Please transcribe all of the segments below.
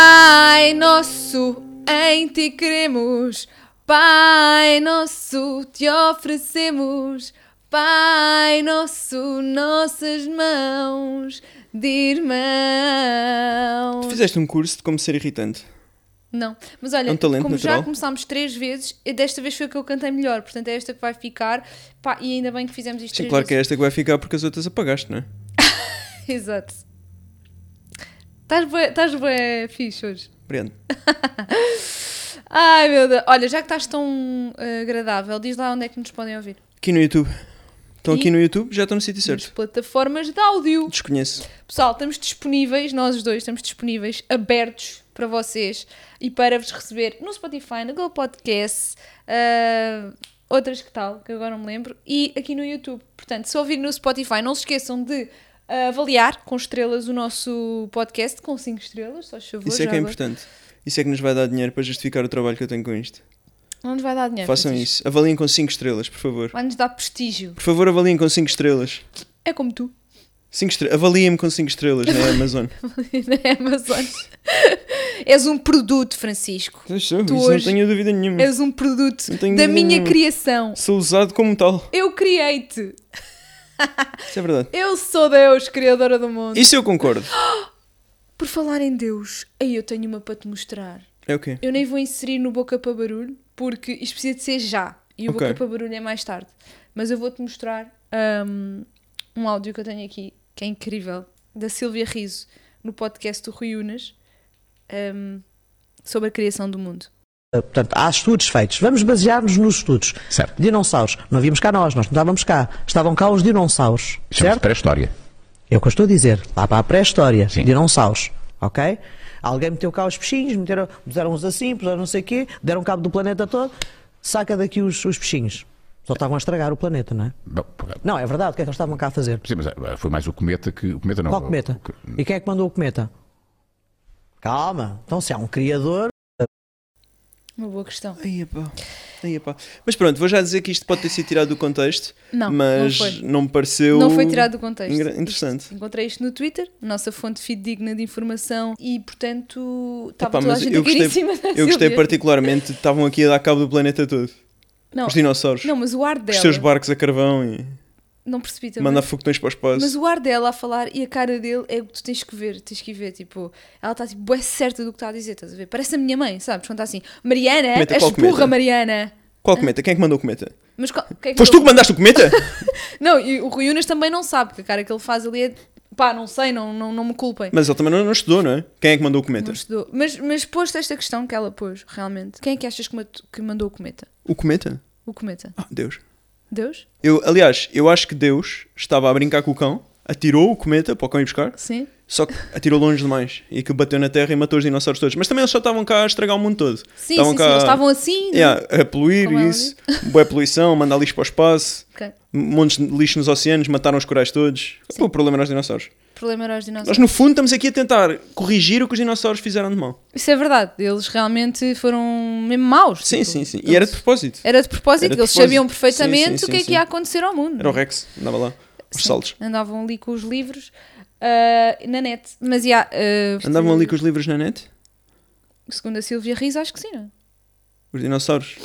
Pai nosso, em ti queremos. Pai nosso, te oferecemos. Pai nosso, nossas mãos de irmão. Tu fizeste um curso de como ser irritante. Não, mas olha, É um talento como já natural. começámos três vezes, e desta vez foi a que eu cantei melhor, portanto é esta que vai ficar. Pá, e ainda bem que fizemos isto Sim, três claro que é vezes. esta que vai ficar porque as outras apagaste, não é? é. Exato. Estás bué- Estás bem fixe hoje. Obrigado. Ai meu Deus, olha, já que estás tão eh, agradável, diz lá onde é que nos podem ouvir. Aqui no YouTube. Estão E- aqui no YouTube, já estão no sítio Nas certo. plataformas de áudio. Desconheço. Pessoal, estamos disponíveis, nós os dois estamos disponíveis, abertos para vocês e para vos receber no Spotify, no Google Podcast, ah, outras que tal, que agora não me lembro, e aqui no YouTube. Portanto, se ouvirem no Spotify, não se esqueçam de ah, avaliar com estrelas o nosso podcast, com 5 estrelas, só favor. Isso é já que agora. é importante. Isso é que nos vai dar dinheiro para justificar o trabalho que eu tenho com isto. Não nos vai dar dinheiro. Façam Francisco. isso. Avaliem com 5 estrelas, por favor. Vai-nos dar prestígio. Por favor, avaliem com 5 estrelas. É como tu. Cinco estre... Avaliem-me com 5 estrelas na Amazon. na Amazon. Né, És um produto, Francisco. Eu sou, Tu isso hoje- não tenho dúvida nenhuma. És um produto Não tenho da dúvida minha nenhuma. criação. Sou usado como tal. Eu criei-te. Isso é verdade. Eu sou Deus, criadora do mundo. Isso eu concordo. Por falar em Deus, aí eu tenho uma para te mostrar. É o quê? Eu nem vou inserir no boca para barulho, porque isto precisa de ser já. E o Ok. boca para barulho é mais tarde. Mas eu vou-te mostrar hum, um áudio que eu tenho aqui, que é incrível, da Silvia Riso, no podcast do Rui Unas, hum, sobre a criação do mundo. Uh, Portanto, há estudos feitos. Vamos basear-nos nos estudos. Certo. Dinossauros. Não víamos cá nós, nós não estávamos cá. Estavam cá os dinossauros. Chama-se Certo? pré-história. É o que eu estou a dizer. Lá para a pré-história. Sim. Dinossauros. Ok? Alguém meteu cá os peixinhos, meteram, puseram-os assim, puseram não sei o quê, deram cabo do planeta todo. Saca daqui os, os peixinhos. Só estavam a estragar o planeta, não é? Bom, por- Não, é verdade. O que é que eles estavam cá a fazer? Sim, mas eh, foi mais o cometa que. O cometa não. Qual o- cometa? o que- E quem é que mandou o cometa? Calma. Então, se há um criador. Uma boa questão. Ai, epá. Ai, epá. Mas pronto, vou já dizer que isto pode ter sido tirado do contexto. Não, mas não foi. me pareceu. Não foi tirado do contexto. Ingra- Interessante. Isto- encontrei isto no Twitter, nossa fonte fidedigna de informação e, portanto, estava Epá, toda a mas gente eu a cair em gostei, cima da eu gostei Silvia. particularmente. Estavam aqui a dar cabo do planeta todo. Não, Os dinossauros. não, mas o ar os dela. seus barcos a carvão e Não percebi também. mandar foguetões para o espaço. Mas o ar dela a falar e a cara dele é o que tu tens que ver, tens que ver, tipo, ela está tipo, é certa do que está a dizer, estás a ver? Parece a minha mãe, sabes? Quando está assim, Mariana, Comenta, és qual comenta? burra, Mariana. Qual cometa? Quem é que mandou o cometa? Mas qual, o que Ah. é que Foste tu eu- que mandaste o cometa? Não, e o Rui Unas também não sabe, que a cara que ele faz ali é, pá, não sei, não, não, não me culpem. mas ele também não, não estudou, não é? Quem é que mandou o cometa? Não estudou. Mas, mas posto esta questão que ela pôs, realmente, quem é que achas que, mat- que mandou o cometa? O cometa? O cometa? Ah, Deus. Deus? Eu, aliás, eu acho que Deus estava a brincar com o cão, atirou o cometa para o cão ir buscar, Sim? só que atirou longe demais e que bateu na terra e matou os dinossauros todos. Mas também eles só estavam cá a estragar o mundo todo. Sim, sim, sim, eles estavam assim, né? Então Yeah, a poluir Como e ela isso, boa poluição, mandar lixo para o espaço, Ok. montes de lixo nos oceanos, mataram os corais todos. Pô, o problema era os dinossauros. O problema era os Nós dinossauros. no fundo estamos aqui a tentar corrigir o que os dinossauros fizeram de mal. Isso é verdade, eles realmente foram mesmo maus. Sim, tipo, sim, sim. E eles- era de propósito. Era de propósito, Era de eles propósito. sabiam perfeitamente Sim, sim, o que é sim, que ia sim. acontecer ao mundo. Era o Rex, andava lá. Os saltos. Andavam ali com os livros ah, na net. Mas já. ah, Andavam ali com os livros na net? Segundo a Silvia Riz, acho que sim, não? Os dinossauros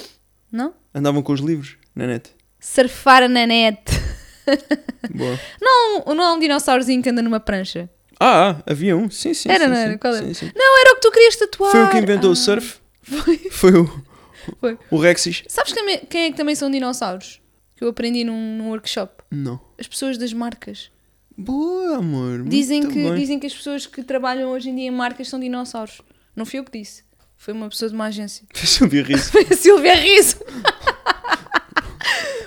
não? é? andavam com os livros na net. Surfar na net. Boa. Não, não há um dinossaurozinho que anda numa prancha. Ah, ah, havia um. Sim, sim. Era, sim, não sim, era? Qual era? Sim, sim. Não, era o que tu querias tatuar. Foi o que inventou Ah. o surf. Foi o, Foi. o Rexis. Sabes quem é, quem é que também são dinossauros? Que eu aprendi num, num workshop. Não. As pessoas das marcas. Boa, amor. Dizem muito que, Hum, tá bem. dizem que as pessoas que trabalham hoje em dia em marcas são dinossauros. Não fui eu que disse. Foi uma pessoa de uma agência. Deixa eu ver riso. Foi a Silvia Riso.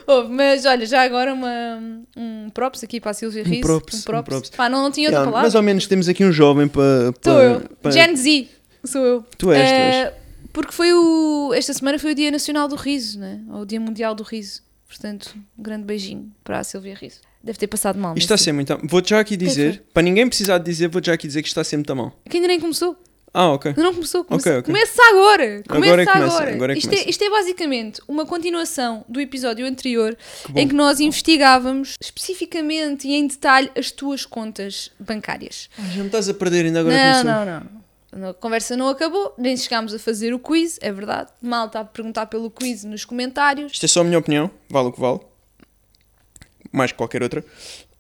Houve, mas olha, já agora uma, um props aqui para a Silvia Riso. props, um props. Pá, não, não tinha outra Yeah, palavra. mais ou menos temos aqui um jovem para. Sou eu. para- Gen Z. Sou eu. Tu és, tu Eh, Porque foi o. Esta semana foi o Dia Nacional do Riso, né? Ou o Dia Mundial do Riso. Portanto, um grande beijinho para a Silvia Riso. Deve ter passado mal. Isto está a mas- ser muito. Vou-te já aqui Quem dizer, para ninguém precisar de dizer, vou-te já aqui dizer que isto está sempre mal. Que ainda nem começou. Ah, ok. Ainda não começou. Começa, Ok, ok. começa agora. Começa Agora agora. é que começa, agora é que isto, É, começa. isto é basicamente uma continuação do episódio anterior em que nós investigávamos especificamente e em detalhe as tuas contas bancárias. Ah, já me estás a perder ainda agora não, começou. não, não. A conversa não acabou, nem chegámos a fazer o quiz, é verdade. Mal está a perguntar pelo quiz nos comentários. Isto é só a minha opinião, vale o que vale. Mais que qualquer outra.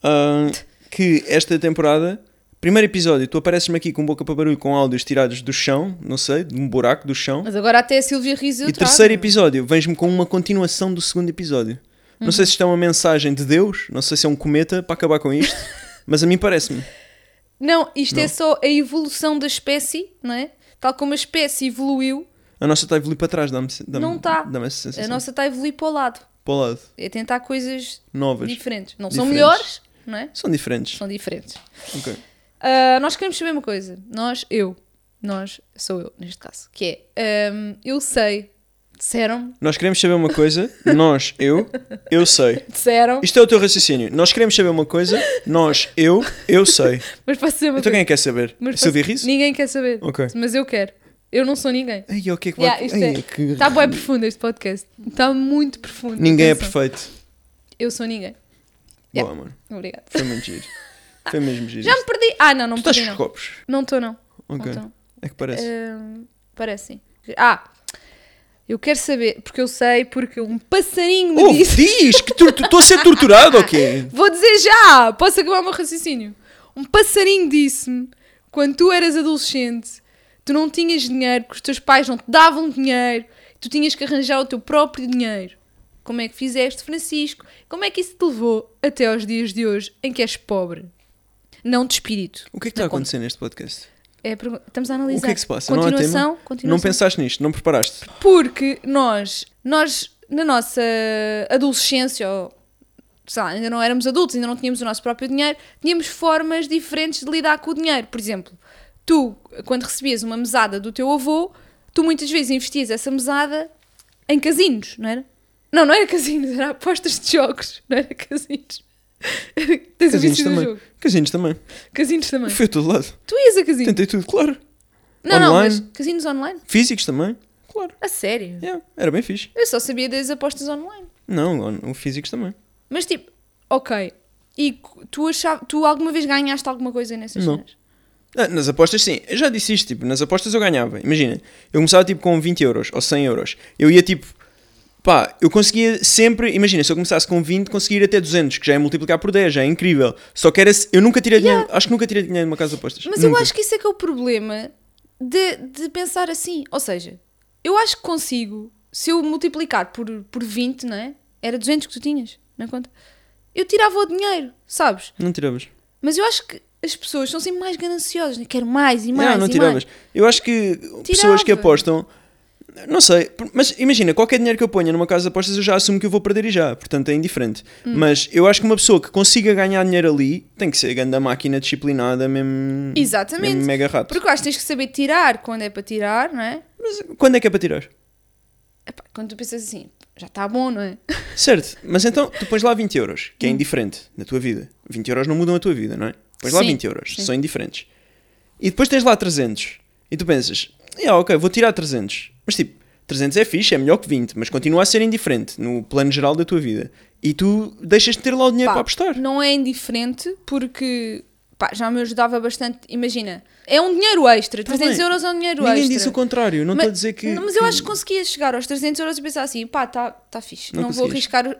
Ah, que esta temporada, primeiro episódio, tu apareces-me aqui com boca para barulho com áudios tirados do chão, não sei, de um buraco do chão. Mas agora até a Silvia Riso eu E trago. terceiro episódio, vens-me com uma continuação do segundo episódio. Não Uhum. sei se isto é uma mensagem de Deus, não sei se é um cometa para acabar com isto, mas a mim parece-me. Não, isto é só a evolução da espécie, não é? Tal como a espécie evoluiu, A nossa está a evoluir para trás, dá-me dá não está. Dá-me essa sensação. A nossa está a evoluir para o lado. Para o lado. É tentar coisas Novas. diferentes. Não são Diferentes. melhores, não é? São diferentes. São diferentes. Ok. Ah, nós queremos saber uma coisa. Nós, eu, nós, sou eu neste caso, que é, hum, eu sei, disseram-me, Nós queremos saber uma coisa, nós, eu, eu sei. disseram, Isto é o teu raciocínio. Nós queremos saber uma coisa, nós, eu, eu sei. mas posso dizer uma coisa. Então quem é que quer saber? Mas Silvia posso- Riso? Ninguém quer saber, Ok. mas eu quero. Eu não sou ninguém. Ai, o que é que vai... Yeah, isto Ai, é- que- Está bem profundo este podcast. Está muito profundo. Ninguém é Atenção. perfeito. Eu sou ninguém. Yeah. Boa, mano. Obrigada. Foi muito giro. Foi mesmo giro. Já me Então. perdi. Ah, não, não Tu me estás perdi. com os Não copos. Não estou, não. Ok. Não estou. É que parece. Hum, parecem. Ah, eu quero saber, porque eu sei, porque um passarinho me Oh, disse. diz que estou a ser torturado ou quê? Vou dizer já! Posso acabar o meu raciocínio? Um passarinho disse-me, quando tu eras adolescente, tu não tinhas dinheiro, que os teus pais não te davam dinheiro, tu tinhas que arranjar o teu próprio dinheiro. Como é que fizeste, Francisco? Como é que isso te levou até aos dias de hoje em que és pobre? Não de espírito. O que é que está a acontecer neste podcast? É a pergunta- Estamos a analisar. O que é que se passa? Não há Continuação, tema? Não continuação. pensaste nisto? Não preparaste? Porque nós, nós, na nossa adolescência, ou sei lá, ainda não éramos adultos, ainda não tínhamos o nosso próprio dinheiro, tínhamos formas diferentes de lidar com o dinheiro. Por exemplo, tu, quando recebias uma mesada do teu avô, tu muitas vezes investias essa mesada em casinos, não era? Não, não era casinos, era apostas de jogos, não era casinos. Era- Tens o Casinos vício do também. jogo. Casinos também. Casinos também. Foi a todo lado. Tu ias a casinos. Tentei tudo, claro. Não, não, mas online. casinos online? Físicos também. Claro. A sério? Yeah, era bem fixe. Eu só sabia das apostas online. Não, on- o físicos também. Mas tipo, ok. E cu- tu, achava, tu alguma vez ganhaste alguma coisa nessas Não. cenas? Ah, Nas apostas, sim. Eu já disse isto, tipo, nas apostas eu ganhava. Imagina, eu começava tipo com 20 euros ou 100 euros. Eu ia tipo, pá, eu conseguia sempre, imagina, se eu começasse com 20, conseguia ir até 200, que já é multiplicar por 10, já é incrível. Só que era, se- eu nunca tirei Yeah. dinheiro, acho que nunca tirei dinheiro de uma casa de apostas. Mas eu Nunca. acho que isso é que é o problema de, de pensar assim. Ou seja, eu acho que consigo, se eu multiplicar por, por 20, não é? Era 200 que tu tinhas na conta. Eu tirava o dinheiro, sabes? Não tiravas. Mas eu acho que as pessoas são sempre mais gananciosas. né? Quero mais e mais não, não e tiravas. mais. Eu acho que pessoas que Tirava. apostam. Não sei, por- mas imagina, qualquer dinheiro que eu ponha numa casa de apostas eu já assumo que eu vou perder e já, portanto é indiferente. Hum. Mas eu acho que uma pessoa que consiga ganhar dinheiro ali tem que ser grande máquina disciplinada, mesmo. Exatamente. mesmo mega rato. Porque eu acho que tens que saber tirar quando é para tirar, não é? Mas quando é que é para tirar? Epá, quando tu pensas assim, já está bom, não é? Certo, mas então tu pões lá 20 euros, que é Hum. indiferente na tua vida. 20 euros não mudam a tua vida, não é? Pões lá Sim, 20 euros, sim. são indiferentes. E depois tens lá 300. E tu pensas, yeah, ok, vou tirar 300. Mas tipo, 300 é fixe, é melhor que 20, mas continua a ser indiferente no plano geral da tua vida. E tu deixas de ter lá o dinheiro Pá, para apostar. Não é indiferente porque pá, já me ajudava bastante. Imagina, é um dinheiro extra. Tá 300 bem. euros é um dinheiro Ninguém extra. disse o contrário, não estou a dizer que. Mas eu acho que conseguia chegar aos 300 euros e pensar assim: pá, tá, tá fixe, não, Não vou conseguiste. arriscar.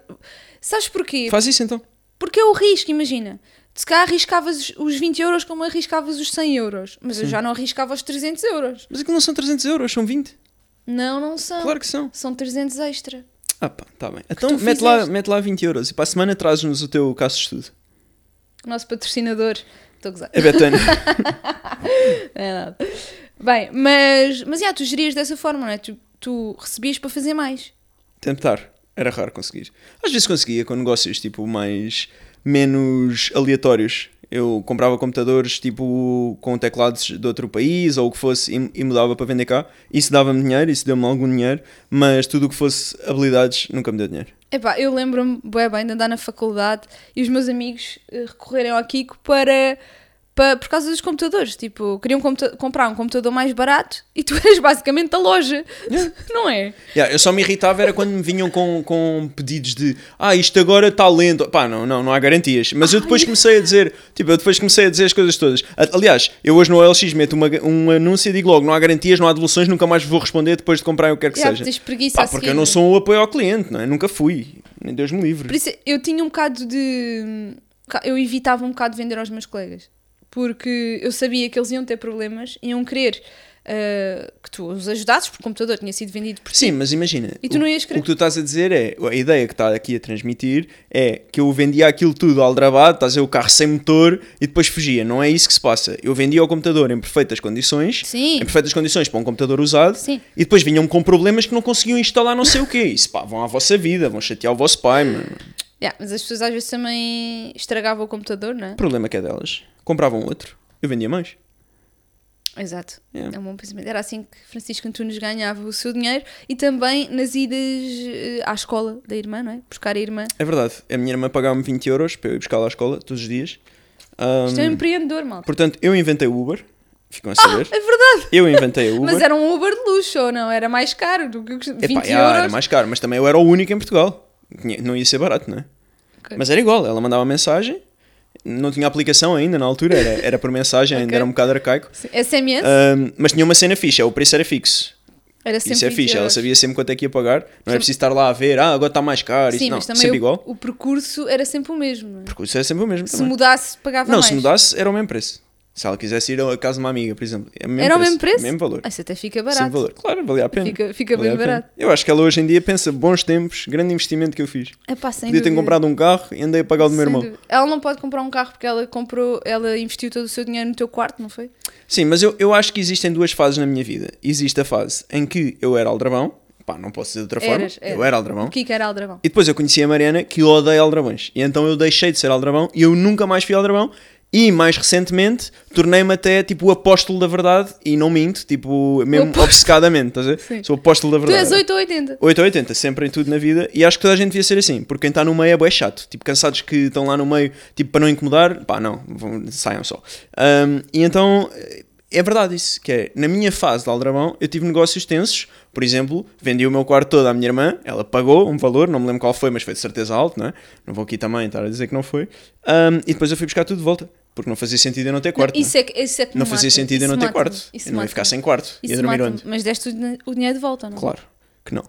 Sabes porquê? Faz isso então. Porque é o risco, imagina. Se cá arriscavas os 20 euros como arriscavas os 100 euros. Mas eu já não arriscava os 300 euros. Mas aquilo não são 300 euros, são 20. Não, não são. Claro que são. São 300 extra. Ah pá, tá bem. Então tu mete lá, fizeste. mete lá 20 euros e para a semana trazes-nos o teu caso de estudo. O nosso patrocinador. Estou a gozar. É Betânia. É nada. Bem, mas, mas yeah, tu gerias dessa forma, não é? Tu, tu recebias para fazer mais. Tentar. Era raro conseguir. Às vezes conseguia com negócios tipo mais menos aleatórios. Eu comprava computadores tipo com teclados de outro país ou o que fosse e, e mudava para vender cá. Isso dava-me dinheiro, isso deu-me algum dinheiro, mas tudo o que fosse habilidades nunca me deu dinheiro. Epá, eu lembro-me bem, bem de andar na faculdade e os meus amigos eh, recorrerem ao Kiko para pa- por causa dos computadores. Tipo, queriam computa- comprar um computador mais barato e tu eras basicamente a loja, não é? Yeah, eu só me irritava era quando me vinham com, com pedidos de ah, isto agora está lento. Pá, não, não, não há garantias. Mas eu depois comecei a dizer, tipo, eu depois comecei a dizer as coisas todas. A- Aliás, eu hoje no OLX meto uma, um anúncio e digo logo: não há garantias, não há devoluções, nunca mais vou responder depois de comprar o que quer que Yeah, seja. tens preguiça Pá, a porque seguir, eu né? não sou um apoio ao cliente, não é? Nunca fui. Nem Deus me livre. Por isso eu tinha um bocado de. Eu evitava um bocado vender aos meus colegas. Porque eu sabia que eles iam ter problemas, iam querer ah, que tu os ajudasses, porque o computador tinha sido vendido por Sim, mas imagina. E tu o- não ias querer- O que tu estás a dizer é. A ideia que está aqui a transmitir é que eu vendia aquilo tudo ao aldrabado, estás a ver o carro sem motor e depois fugia. Não é isso que se passa. Eu vendia o computador em perfeitas condições. Sim. Em perfeitas condições para um computador usado. Sim. E depois vinham com problemas que não conseguiam instalar não sei o quê. Isso pá, vão à vossa vida, vão chatear o vosso pai, mano. Yeah, mas as pessoas às vezes também estragavam o computador, não é? O problema que é delas. Compravam outro, eu vendia mais. Exato. Yeah. É um bom pensamento. Era assim que Francisco Antunes ganhava o seu dinheiro e também nas idas eh, à escola da irmã, não é? Buscar a irmã. É verdade. A minha irmã pagava-me 20 euros para eu ir buscá-la à escola todos os dias. Ahm, Isto é um empreendedor, malta. portanto, eu inventei o Uber. Ficam a saber. É verdade. Eu inventei o Uber. Mas era um Uber de luxo, ou não? Era mais caro do que o que custa- 20 Epá, já, euros. era mais caro, mas também eu era o único em Portugal. Tinha- Não ia ser barato, não é? Ok. Mas era igual, ela mandava mensagem, não tinha aplicação ainda na altura, era, era por mensagem, ainda Ok. era um bocado arcaico. Sim, é SMS Ahm, mas tinha uma cena fixa, o preço era fixo. era sempre Ah, Isso é 20 fixe, ela euros. sabia sempre quanto é que ia pagar, não é preciso estar lá a ver, ah, agora está mais caro, Sim, isso, não, mas também o, sempre igual. o percurso era sempre o mesmo. não é? Porque isso é sempre o mesmo. Se também. mudasse, pagava não, mais. se mudasse, era o mesmo preço. Se ela quisesse ir a casa de uma amiga, por exemplo, é Era o mesmo preço? Mesmo valor. Ah, isso até fica Sempre barato. valor. Claro, valia a pena. Fica- fica Valia bem a pena. barato. Eu acho que ela hoje em dia pensa bons tempos, grande investimento que eu fiz. Epá, sem Podia ter dúvida. comprado um carro e andei a pagar o do meu Sem irmão. dúvida. Ela não pode comprar um carro porque ela comprou, ela investiu todo o seu dinheiro no teu quarto, não foi? Sim, mas eu, eu acho que existem duas fases na minha vida. Existe a fase em que eu era aldrabão, pá, não posso dizer de outra forma, Eras, eras. eu era aldrabão. O Kiko era aldrabão. E depois eu conheci a Mariana, que odeia aldrabões. E então eu deixei de ser aldrabão e eu nunca mais fui aldrabão. E mais recentemente tornei-me até tipo o apóstolo da verdade e não minto, tipo, mesmo apóstolo. obcecadamente, estás a ver? Sim. Sou o apóstolo da Tu verdade. és 8 ou 80. 8 ou 80, sempre em tudo na vida, e acho que toda a gente devia ser assim, porque quem está no meio é bué chato, tipo, cansados que estão lá no meio, tipo, para não incomodar, pá, não, vão- saiam só. Ahm, e então, é verdade isso, que é, na minha fase de Aldrabão, eu tive negócios tensos, por exemplo, vendi o meu quarto todo à minha irmã, ela pagou um valor, não me lembro qual foi, mas foi de certeza alto, não é? Não vou aqui também estar a dizer que não foi, Ahm, e depois eu fui buscar tudo de volta, porque não fazia sentido eu não ter quarto, Isso é que, isso é que me não, é? não fazia mata. sentido eu Isso não ter mata-me. quarto, Isso eu não ia mata-me. ficar sem quarto, ia Isso dormir mata-me. onde? Mas deste o din- o dinheiro de volta, não? é? Claro, que não.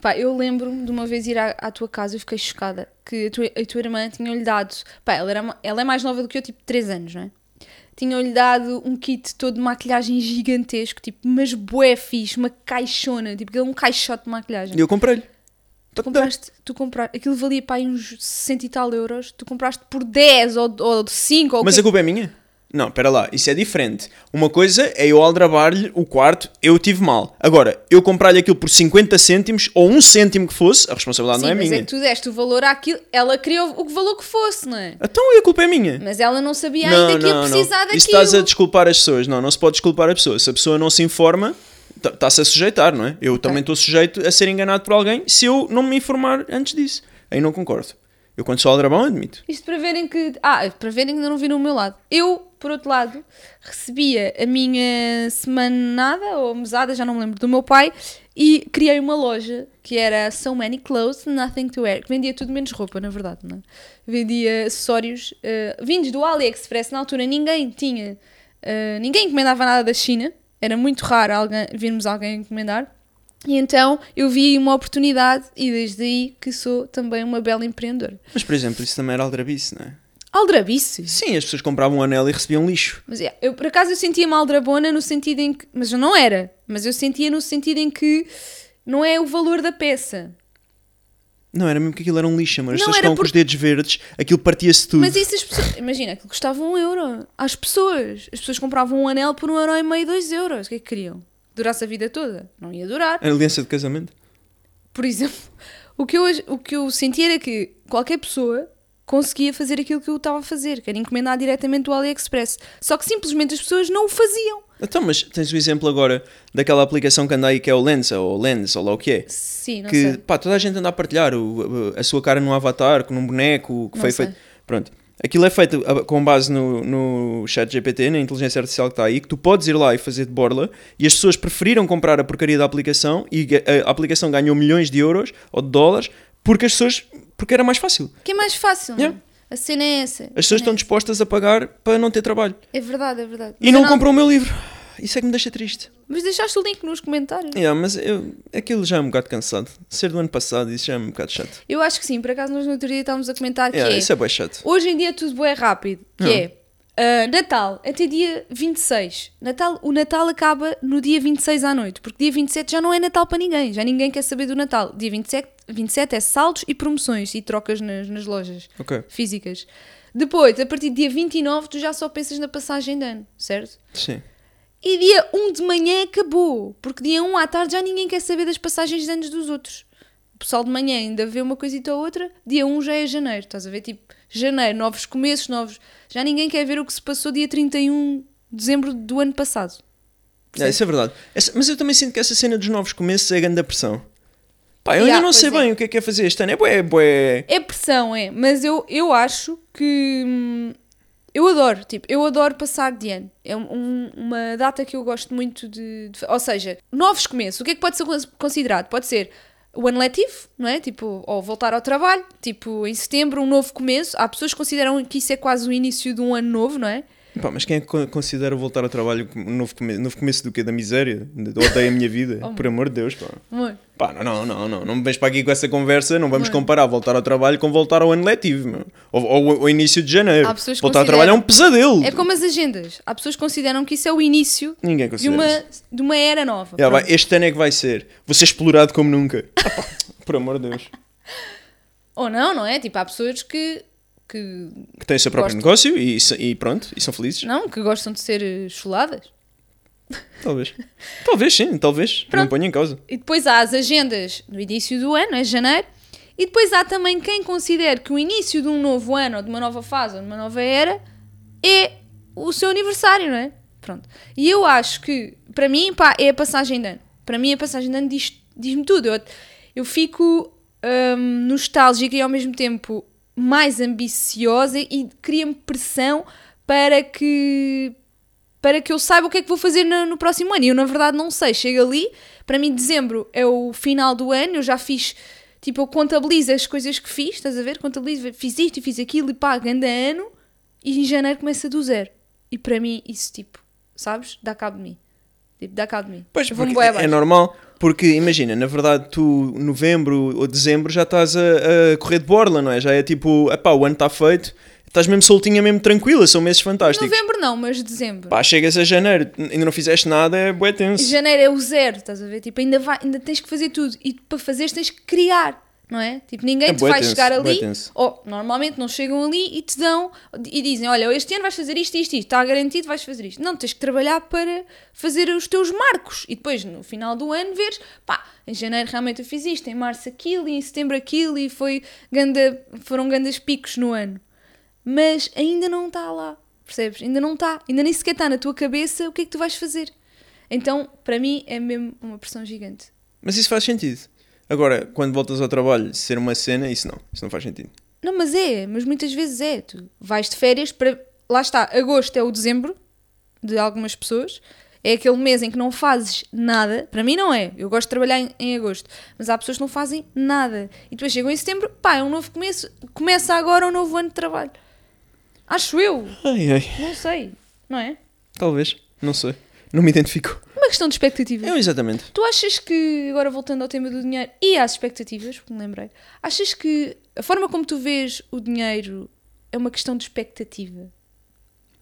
Pá, eu lembro-me de uma vez ir à, à tua casa e fiquei chocada que a tua, a tua irmã tinha-lhe dado. Pá, ela, era, ma- ela é mais nova do que eu, tipo 3 anos, não é? Tinham-lhe dado um kit todo de maquilhagem gigantesco, tipo, mas bué fixe, uma caixona, tipo, aquele é um caixote de maquilhagem. E eu comprei-lhe. Tu Então- compraste, tu compraste, aquilo valia para aí uns 60 e tal euros, tu compraste por 10 ou, ou 5 ou o Mas que a culpa é minha? Não, espera lá, isso é diferente. Uma coisa é eu aldrabar-lhe o quarto, eu tive mal. Agora, eu comprar-lhe aquilo por 50 cêntimos ou um cêntimo que fosse, a responsabilidade Sim, não é mas minha. é que tu deste o valor àquilo, ela queria o o valor que fosse, não é? Então e a culpa é minha. Mas ela não sabia não, ainda que ia não, não. precisar Isso daquilo. estás a desculpar as pessoas. Não, não se pode desculpar a pessoa. Se a pessoa não se informa, ta- está-se a sujeitar, não é? Eu também estou sujeito a ser enganado por alguém se eu não me informar antes disso. Aí não concordo. Eu quando sou aldrabão admito. Isto para verem que. Ah, para verem que ainda não viram o meu lado. Eu, por outro lado, recebia a minha semanada ou mesada, já não me lembro, do meu pai e criei uma loja que era So Many Clothes, Nothing to Wear, que vendia tudo menos roupa, na verdade, não é? Vendia acessórios eh, vindos do AliExpress. Na altura ninguém tinha. eh, ninguém encomendava nada da China. Era muito raro alguém, virmos alguém encomendar. E então eu vi uma oportunidade e desde aí que sou também uma bela empreendedora. Mas por exemplo, isso também era aldrabice, não é? Aldrabice? Sim, as pessoas compravam um anel e recebiam lixo. Mas é, eu por acaso eu sentia-me aldrabona no sentido em que. Mas eu não era. Mas eu sentia no sentido em que não é o valor da peça. Não, era mesmo que aquilo era um lixo, mas as Não, pessoas era estavam com por- os dedos verdes, aquilo partia-se tudo. Mas isso as pessoas. Imagina, aquilo custava um euro às pessoas. As pessoas compravam um anel por um euro e meio, dois euros. O que é que queriam? Durasse a vida toda? Não ia durar. Era aliança de casamento. Por exemplo, o que eu, hoje- o que eu senti era que qualquer pessoa conseguia fazer aquilo que eu estava a fazer, que era encomendar diretamente do AliExpress. Só que simplesmente as pessoas não o faziam. Então, mas tens o exemplo agora daquela aplicação que anda aí que é o Lensa, ou Lens, ou lá o que é. Sim, não que sei. pá, toda a gente anda a partilhar o- a sua cara num avatar, num boneco, que Não foi sei. feito. Pronto. Aquilo é feito a- com base no, no chat GPT, na inteligência artificial que está aí, que tu podes ir lá e fazer de borla, e as pessoas preferiram comprar a porcaria da aplicação e ga- a aplicação ganhou milhões de euros ou de dólares porque as pessoas porque era mais fácil. Que é mais fácil, Yeah. não? A cena é essa. As pessoas estão dispostas a pagar para não ter trabalho. É verdade, é verdade. E Mas não eu compram o meu livro. Isso é que me deixa triste. Mas deixaste o link nos comentários. Yeah, mas eu, aquilo já é um bocado cansado. Ser do ano passado, isso já é um bocado chato. Eu acho que sim, por acaso nós no outro dia estávamos a comentar que Yeah, é, Isso é bem chato. Hoje em dia tudo é rápido, que é ah, Natal até dia 26. Natal, o Natal acaba no dia 26 à noite, porque dia 27 já não é Natal para ninguém, já ninguém quer saber do Natal. Dia 27, 27 é saldos e promoções e trocas nas, nas lojas Ok. físicas. Depois, a partir do dia 29, tu já só pensas na passagem de ano, certo? Sim. E dia 1 de manhã acabou, porque dia 1 à tarde já ninguém quer saber das passagens de anos dos outros. O pessoal de manhã ainda vê uma coisita ou outra, dia 1 já é janeiro, estás a ver? Tipo, janeiro, novos começos, novos. Já ninguém quer ver o que se passou dia 31 de dezembro do ano passado. É, isso é verdade. Essa- mas eu também sinto que essa cena dos novos começos é grande a pressão. Pá, eu Yeah, ainda não sei pois é. bem o que é que é fazer este ano. É bué, bué. É pressão, é, mas eu, eu acho que. hum, eu adoro, tipo, eu adoro passar de ano. É um- um- uma data que eu gosto muito de, de- Ou seja, novos começos. O que é que pode ser cons- considerado? Pode ser o ano letivo, não é? Tipo, ou voltar ao trabalho, tipo, em setembro, um novo começo. Há pessoas que consideram que isso é quase o início de um ano novo, não é? Pá, mas quem é que co- considera voltar ao trabalho como um novo começo? Novo começo do quê? Da miséria? De- de- Odeio a minha vida. Oh Por amor de Deus, pá. Amor. Pá, não, não, não, não, não me vens para aqui com essa conversa, não é? vamos comparar voltar ao trabalho com voltar ao ano letivo, meu. Ou, ou o início de janeiro. Há pessoas que voltar ao consideram- trabalho é um pesadelo. É como as agendas. Há pessoas que consideram que isso é o início Ninguém de considera uma, isso. de uma era nova. Já vai, Pronto. este ano é que vai ser. Vou ser explorado como nunca. Ah, pá, por amor de Deus. Ou não, não é? Tipo, há pessoas que- que Que têm o seu próprio Gosto. negócio e, se- e pronto, e são felizes. Não, que gostam de ser eh, chuladas. Talvez. Talvez sim, talvez. Não Pronto. ponho em causa. E depois há as agendas no início do ano, é janeiro. E depois há também quem considera que o início de um novo ano, ou de uma nova fase, ou de uma nova era, é o seu aniversário, não é? Pronto. E eu acho que, para mim, pá, é a passagem de ano. Para mim, a passagem de ano diz- diz-me tudo. Eu, eu fico hum, nostálgica e, ao mesmo tempo, mais ambiciosa e cria-me pressão para que para que eu saiba o que é que vou fazer na- no, próximo ano. E eu, na verdade, não sei. Chego ali, para mim, dezembro é o final do ano, eu já fiz. Tipo, eu contabilizo as coisas que fiz, estás a ver? Contabilizo, fiz isto e fiz aquilo e pá, ganda ano. E em janeiro começa do zero. E para mim, isso, tipo, sabes? Dá cabo de mim. Tipo, dá cabo de mim. Pois, Eu vou-me porque bué é abaixo. normal. Porque imagina, na verdade, tu novembro ou dezembro já estás a, a correr de borla, não é? Já é tipo, epá, o ano está feito, estás mesmo soltinha, mesmo tranquila, são meses fantásticos. Novembro não, mas dezembro. Pá, chegas a janeiro, ainda não fizeste nada, é bué tenso. Janeiro é o zero, estás a ver? Tipo, ainda, vai, ainda tens que fazer tudo. E para fazeres tens que criar, não é? Tipo, ninguém É te bué vai tenso, chegar bué ali. tenso. Ou normalmente não chegam ali e te dão e dizem: Olha, este ano vais fazer isto, isto, isto, está garantido, vais fazer isto. Não, tens que trabalhar para fazer os teus marcos. E depois, no final do ano, veres, pá, em janeiro realmente eu fiz isto, em março aquilo, e em setembro aquilo, e foi ganda, foram grandes picos no ano mas ainda não está lá, percebes? Ainda não está, ainda nem sequer está na tua cabeça o que é que tu vais fazer. Então, para mim, é mesmo uma pressão gigante. Mas isso faz sentido. Agora, quando voltas ao trabalho, ser uma cena, isso não. Isso não faz sentido. Não, mas é, mas muitas vezes é. Tu vais de férias para. Lá está, agosto é o dezembro de algumas pessoas. É aquele mês em que não fazes nada. Para mim não é. Eu gosto de trabalhar em, em agosto. Mas há pessoas que não fazem nada. E depois chegam em setembro, pá, é um novo começo. Começa agora um novo ano de trabalho. Acho eu. Ai, ai. Não sei. Não é? Talvez. Não sei. Não me identifico. Uma questão de expectativa. Eu, exatamente. Tu achas que, agora voltando ao tema do dinheiro e às expectativas, porque me lembrei, achas que a forma como tu vês o dinheiro é uma questão de expectativa?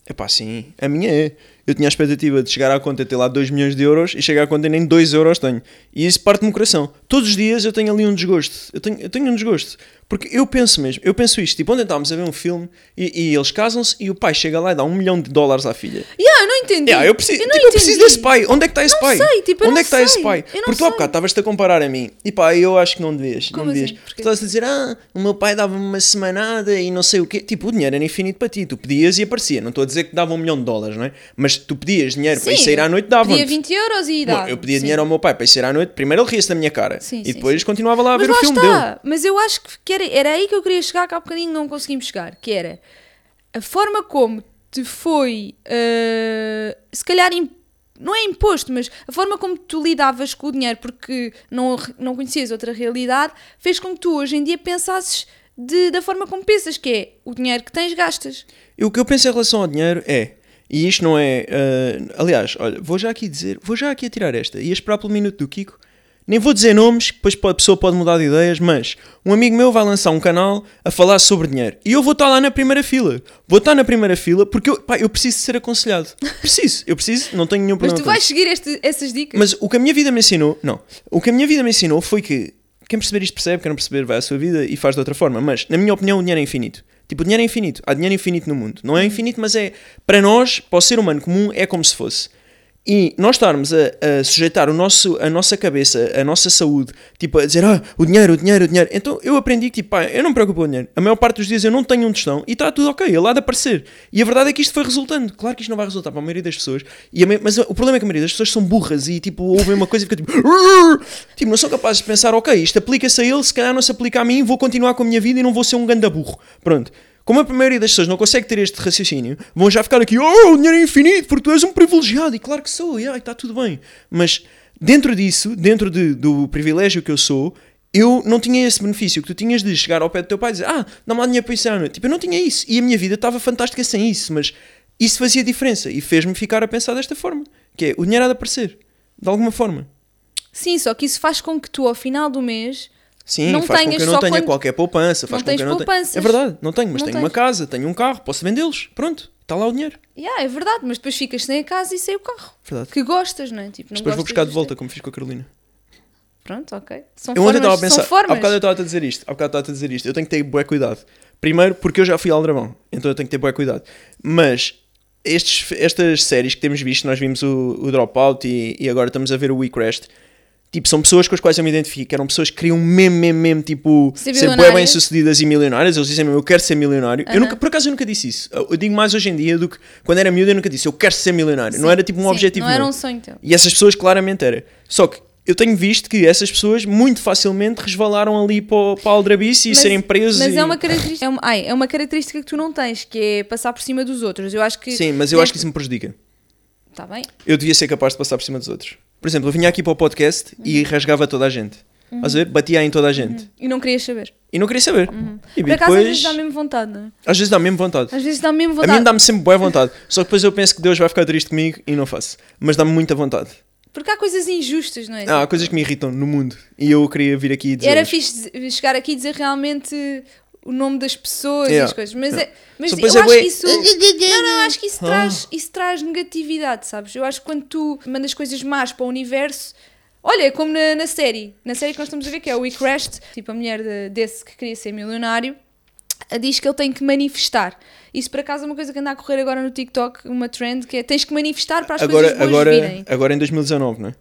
É pá, sim. A minha é. Eu tinha a expectativa de chegar à conta e ter lá 2 milhões de euros e chegar à conta e nem 2 euros tenho. E isso parte-me o coração. Todos os dias eu tenho ali um desgosto. Eu tenho, eu tenho um desgosto. Porque eu penso mesmo, eu penso isto. Tipo, ontem estávamos a ver um filme e, e eles casam-se e o pai chega lá e dá um milhão de dólares à filha. Yeah, eu não entendi. Yeah, eu preciso, não tipo, eu preciso entendi. desse pai. Onde é que está esse Não pai? sei, tipo, eu Onde não é que está esse sei. pai? Eu não Porque tu há sei. bocado estavas-te a comparar a mim. E pá, eu acho que não devias. Como não devias. assim? Porquê? Porque estavas a dizer, ah, o meu pai dava-me uma semanada e não sei o quê. Tipo, o dinheiro era infinito para ti. Tu pedias e aparecia. Não estou a dizer que dava um milhão de dólares, não é? Mas tu pedias dinheiro para ir Sim, sair à noite, davam Pedia 20 euros e dava. Eu pedia dinheiro ao meu pai para ir sair à noite. Primeiro ele ria-se da minha cara. Sim, sim, e depois sim. continuava lá a Mas ver lá o filme está. dele. Mas eu acho que era, era aí que eu queria chegar, que há bocadinho não conseguimos chegar. Que era, a forma como te foi, eh, se calhar, im- não é imposto, mas a forma como tu lidavas com o dinheiro, porque não, re- não conhecias outra realidade, fez com que tu hoje em dia pensasses de- da forma como pensas, que é o dinheiro que tens, gastas. E o que eu penso em relação ao dinheiro é, e isto não é. ah, aliás, olha, vou já aqui dizer, vou já aqui tirar esta e esperar pelo minuto do Kiko. Nem vou dizer nomes, que depois pode- a pessoa pode mudar de ideias, mas um amigo meu vai lançar um canal a falar sobre dinheiro e eu vou estar lá na primeira fila. Vou estar na primeira fila porque eu, pá, eu preciso de ser aconselhado. Preciso, eu preciso, não tenho nenhum Mas problema. tu com vais isso. seguir este- essas dicas. Mas o que a minha vida me ensinou, não, o que a minha vida me ensinou foi que quem perceber isto percebe, quem não perceber vai à sua vida e faz de outra forma. Mas, na minha opinião, o dinheiro é infinito. Tipo, o dinheiro é infinito. Há dinheiro infinito no mundo. Não é infinito, mas é para nós, para o ser humano comum, é como se fosse. E nós estarmos a, a sujeitar o nosso, a nossa cabeça, a nossa saúde, tipo, a dizer, ah, o dinheiro, o dinheiro, o dinheiro. Então eu aprendi que, tipo, pá, eu não me preocupo com o dinheiro. A maior parte dos dias eu não tenho um tostão e está tudo ok, ele há de aparecer. E a verdade é que isto foi resultando. Claro que isto não vai resultar para a maioria das pessoas, e a mai- mas o problema é que a maioria das pessoas são burras e, tipo, ouvem uma coisa e ficam tipo, "Rrr!" tipo, não são capazes de pensar, ok, isto aplica-se a ele, se calhar não se aplica a mim, vou continuar com a minha vida e não vou ser um ganda burro. Pronto. Como a maioria das pessoas não consegue ter este raciocínio, vão já ficar aqui, oh, o dinheiro é infinito, porque tu és um privilegiado, e claro que sou, e ai, está tudo bem. Mas dentro disso, dentro de- do privilégio que eu sou, eu não tinha esse benefício que tu tinhas de chegar ao pé do teu pai e dizer, ah, dá-me lá dinheiro para isso à noite. Tipo, eu não tinha isso, e a minha vida estava fantástica sem isso, mas isso fazia diferença, e fez-me ficar a pensar desta forma, que é, o dinheiro há de aparecer, de alguma forma. Sim, só que isso faz com que tu, ao final do mês, Sim, Não faz com que tenhas eu não só tenha quando- qualquer poupança, faz Não com que tens eu não poupanças. tenha... É verdade, não tenho, mas Não tenho tens. uma casa, tenho um carro, posso vendê-los, pronto, está lá o dinheiro. yeah, é verdade, mas depois ficas sem a casa e sem o carro. Verdade. Que gostas, não é? Tipo, não Depois vou gostas buscar de dos volta, teus- como fiz com a Carolina. Pronto, ok. São Eu ontem formas, estava a são pensar, há formas. bocado eu estava a dizer isto, há bocado estava a dizer isto, eu tenho que ter bué cuidado. Primeiro, porque eu já fui ao Aldrabão, então eu tenho que ter bué cuidado. Mas estes, estas séries que temos visto, nós vimos o, o Dropout e, e agora estamos a ver o We Crashed, tipo, são pessoas com as quais eu me identifico, eram pessoas que queriam mesmo, mesmo, mesmo, tipo, Ser ser bué milionárias. bem sucedidas e milionárias, eles dizem mesmo, eu quero ser milionário. Eu nunca, por acaso eu nunca disse isso, eu eu digo mais hoje em dia do que quando era miúdo eu nunca disse, eu quero ser milionário, não Sim, era tipo um sim, objetivo Não era meu. um sonho teu. E essas pessoas claramente era. Só que eu tenho visto que essas pessoas muito facilmente resvalaram ali para, o- para a aldrabice e Mas- serem presos. Mas e- é uma característica. É uma, ai, é uma característica que tu não tens, que é passar por cima dos outros. Eu acho que. Sim, mas eu acho que isso me prejudica. Está bem. Eu devia ser capaz de passar por cima dos outros. Por exemplo, eu vinha aqui para o podcast e Uhum. rasgava toda a gente. Estás a ver? Batia em toda a gente. E não querias saber. E não queria saber. E Uhum. Por acaso, às depois. vezes dá mesmo vontade, não é? Às vezes dá mesmo vontade. Às vezes dá mesmo A vontade. mim dá-me sempre boa vontade. Só que depois eu penso que Deus vai ficar triste comigo e não faço. Mas dá-me muita vontade. Porque há coisas injustas, não é? Ah, há coisas que me irritam no mundo. E eu queria vir aqui e dizer. Era fixe dizer- chegar aqui e dizer realmente o nome das pessoas e Yeah. as coisas, mas, é, mas Só eu depois acho é bué- que isso. Não, não, eu acho que isso eh. traz, isso traz negatividade, sabes? Eu acho que quando tu mandas coisas más para o universo. Olha, é como na, na série, na série que nós estamos a ver, que é o We Crashed, tipo a mulher de- desse que queria ser milionário, a- diz que ele tem que manifestar. Isso por acaso é uma coisa que anda a correr agora no TikTok, uma trend, que é tens que manifestar para as agora, coisas boas agora, virem. agora em 2019, não é?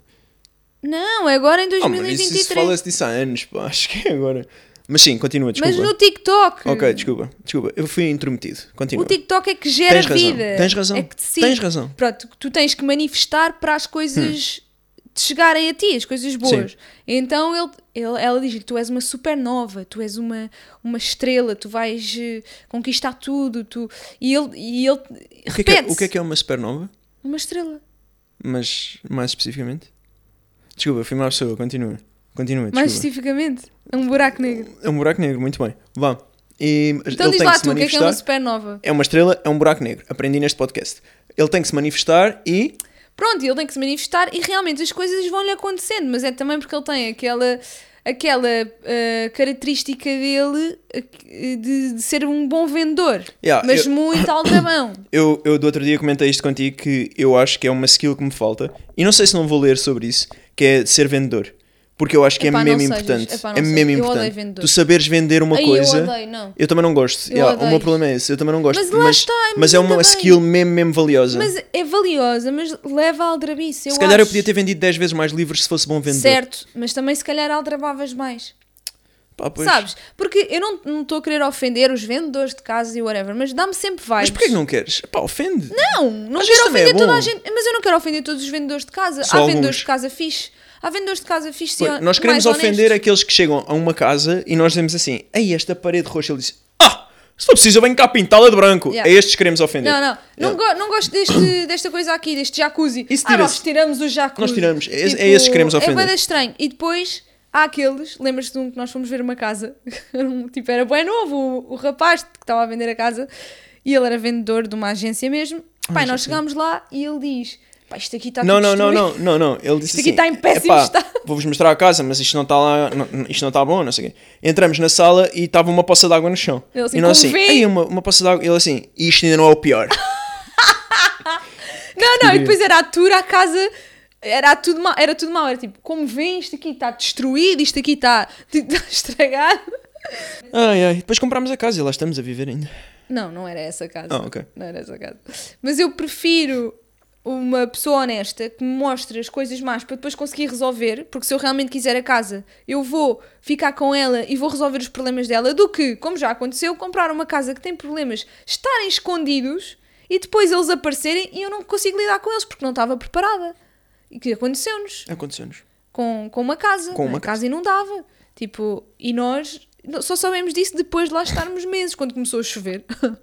Não, é agora em Ah, mas isso, 2023. isso fala-se disso há anos, pá, acho que é agora. Mas sim, continua, mas desculpa. no TikTok. Ok, desculpa, desculpa, eu fui intrometido. Continua. O TikTok é que gera Tens razão, vida. tens razão, É que decide. tens razão. Pronto, tu tens que manifestar para as coisas te chegarem a ti, as coisas boas. Então ele, ele- ela diz-lhe: tu és uma supernova, tu és uma, uma estrela, tu vais eh, conquistar tudo. Tu... E ele, e ele o, que é que é, repete o que é que é uma supernova? uma estrela. Mas mais especificamente? Desculpa, fui uma pessoa, continua. Continua, Mais desculpa. especificamente, é um buraco negro. É um buraco negro, muito bem. Vá. E Então diz ele tem lá que se tu, o que é que é uma manifestar. supernova? É uma estrela, é um buraco negro. Aprendi neste podcast. Ele tem que se manifestar e. Pronto, e ele tem que se manifestar e realmente as coisas vão-lhe acontecendo, mas é também porque ele tem aquela, aquela ah, característica dele ah, que- de, de ser um bom vendedor, Yeah, mas eu- muito aldrabão. Eu, eu do outro dia comentei isto contigo que eu acho que é uma skill que me falta e não sei se não vou ler sobre isso, que é de ser vendedor. Porque eu acho que Epá, é não mesmo sejas, importante. epá, não é sejas. mesmo Eu importante. odeio vendedor. Tu saberes vender uma Ai, eu coisa. odeio, não. Eu também não gosto. Eu Yeah, O odeio. meu problema é esse. Eu também não gosto. Mas lá está, é mas é muito uma bem. skill mesmo, mesmo valiosa. Mas é valiosa, mas leva a aldrabice. se calhar eu acho. podia ter vendido 10 vezes mais livros se fosse bom vendedor. Certo, mas também se calhar aldrabavas mais. Pá, pois. Sabes? Porque eu não não estou a querer ofender os vendedores de casa e whatever, mas dá-me sempre vibes. Mas porquê que não queres? Pá, ofende. Não, não Às vezes quero também é ofender toda bom. a gente, mas eu não quero ofender todos os vendedores de casa. Só Há alguns. vendedores de casa fixe. Há vendedores de casa fixe. Pois, sim, nós queremos mais ofender honestos. aqueles que chegam a uma casa e nós dizemos assim: Ei, esta parede roxa. Ele diz: Ah, Se for preciso, eu venho cá pintá-la de branco. Yeah. A estes queremos ofender. Não, não. Não, Yeah. go- não gosto deste, desta coisa aqui, deste jacuzzi. Isso ah, tira-se. nós tiramos o jacuzzi. Nós tiramos. É- é esses que queremos É ofender. bué de estranho. E depois há aqueles, lembras-te de um que nós fomos ver uma casa, Era um- tipo, era bem novo, o, o rapaz que estava a vender a casa, e ele era vendedor de uma agência mesmo. Pai, nós chegámos lá e ele diz, pá, isto aqui está Não, tudo não, não, destruído." não, não, não. Ele disse Isto aqui assim, está em péssimo "Epá, estado." Vou-vos mostrar a casa, mas isto não está lá, não- não- isto não está bom, não sei o quê. Entramos na sala e estava uma poça de água no chão. Ele assim, e nós "Como assim, vê?" Ei, uma, uma poça de água. Ele assim, isto ainda não é o pior. Não, não, e depois era a tour à casa, era tudo mal, era tudo mal, era tipo, como vem, isto aqui está destruído, isto aqui está está estragado. ai, ai. Depois comprámos a casa e lá estamos a viver ainda. Não, não era essa a casa. Ah, ok. Não era essa a casa. Mas eu prefiro uma pessoa honesta que me mostre as coisas más para depois conseguir resolver, porque se eu realmente quiser a casa, eu vou ficar com ela e vou resolver os problemas dela, do que, como já aconteceu, comprar uma casa que tem problemas estarem escondidos e depois eles aparecerem e eu não consigo lidar com eles porque não estava preparada. E que aconteceu-nos Aconteceu-nos. com, com uma casa. Com não é? uma a casa inundava. Tipo, e nós no- só soubemos disso depois de lá estarmos meses, quando começou a chover.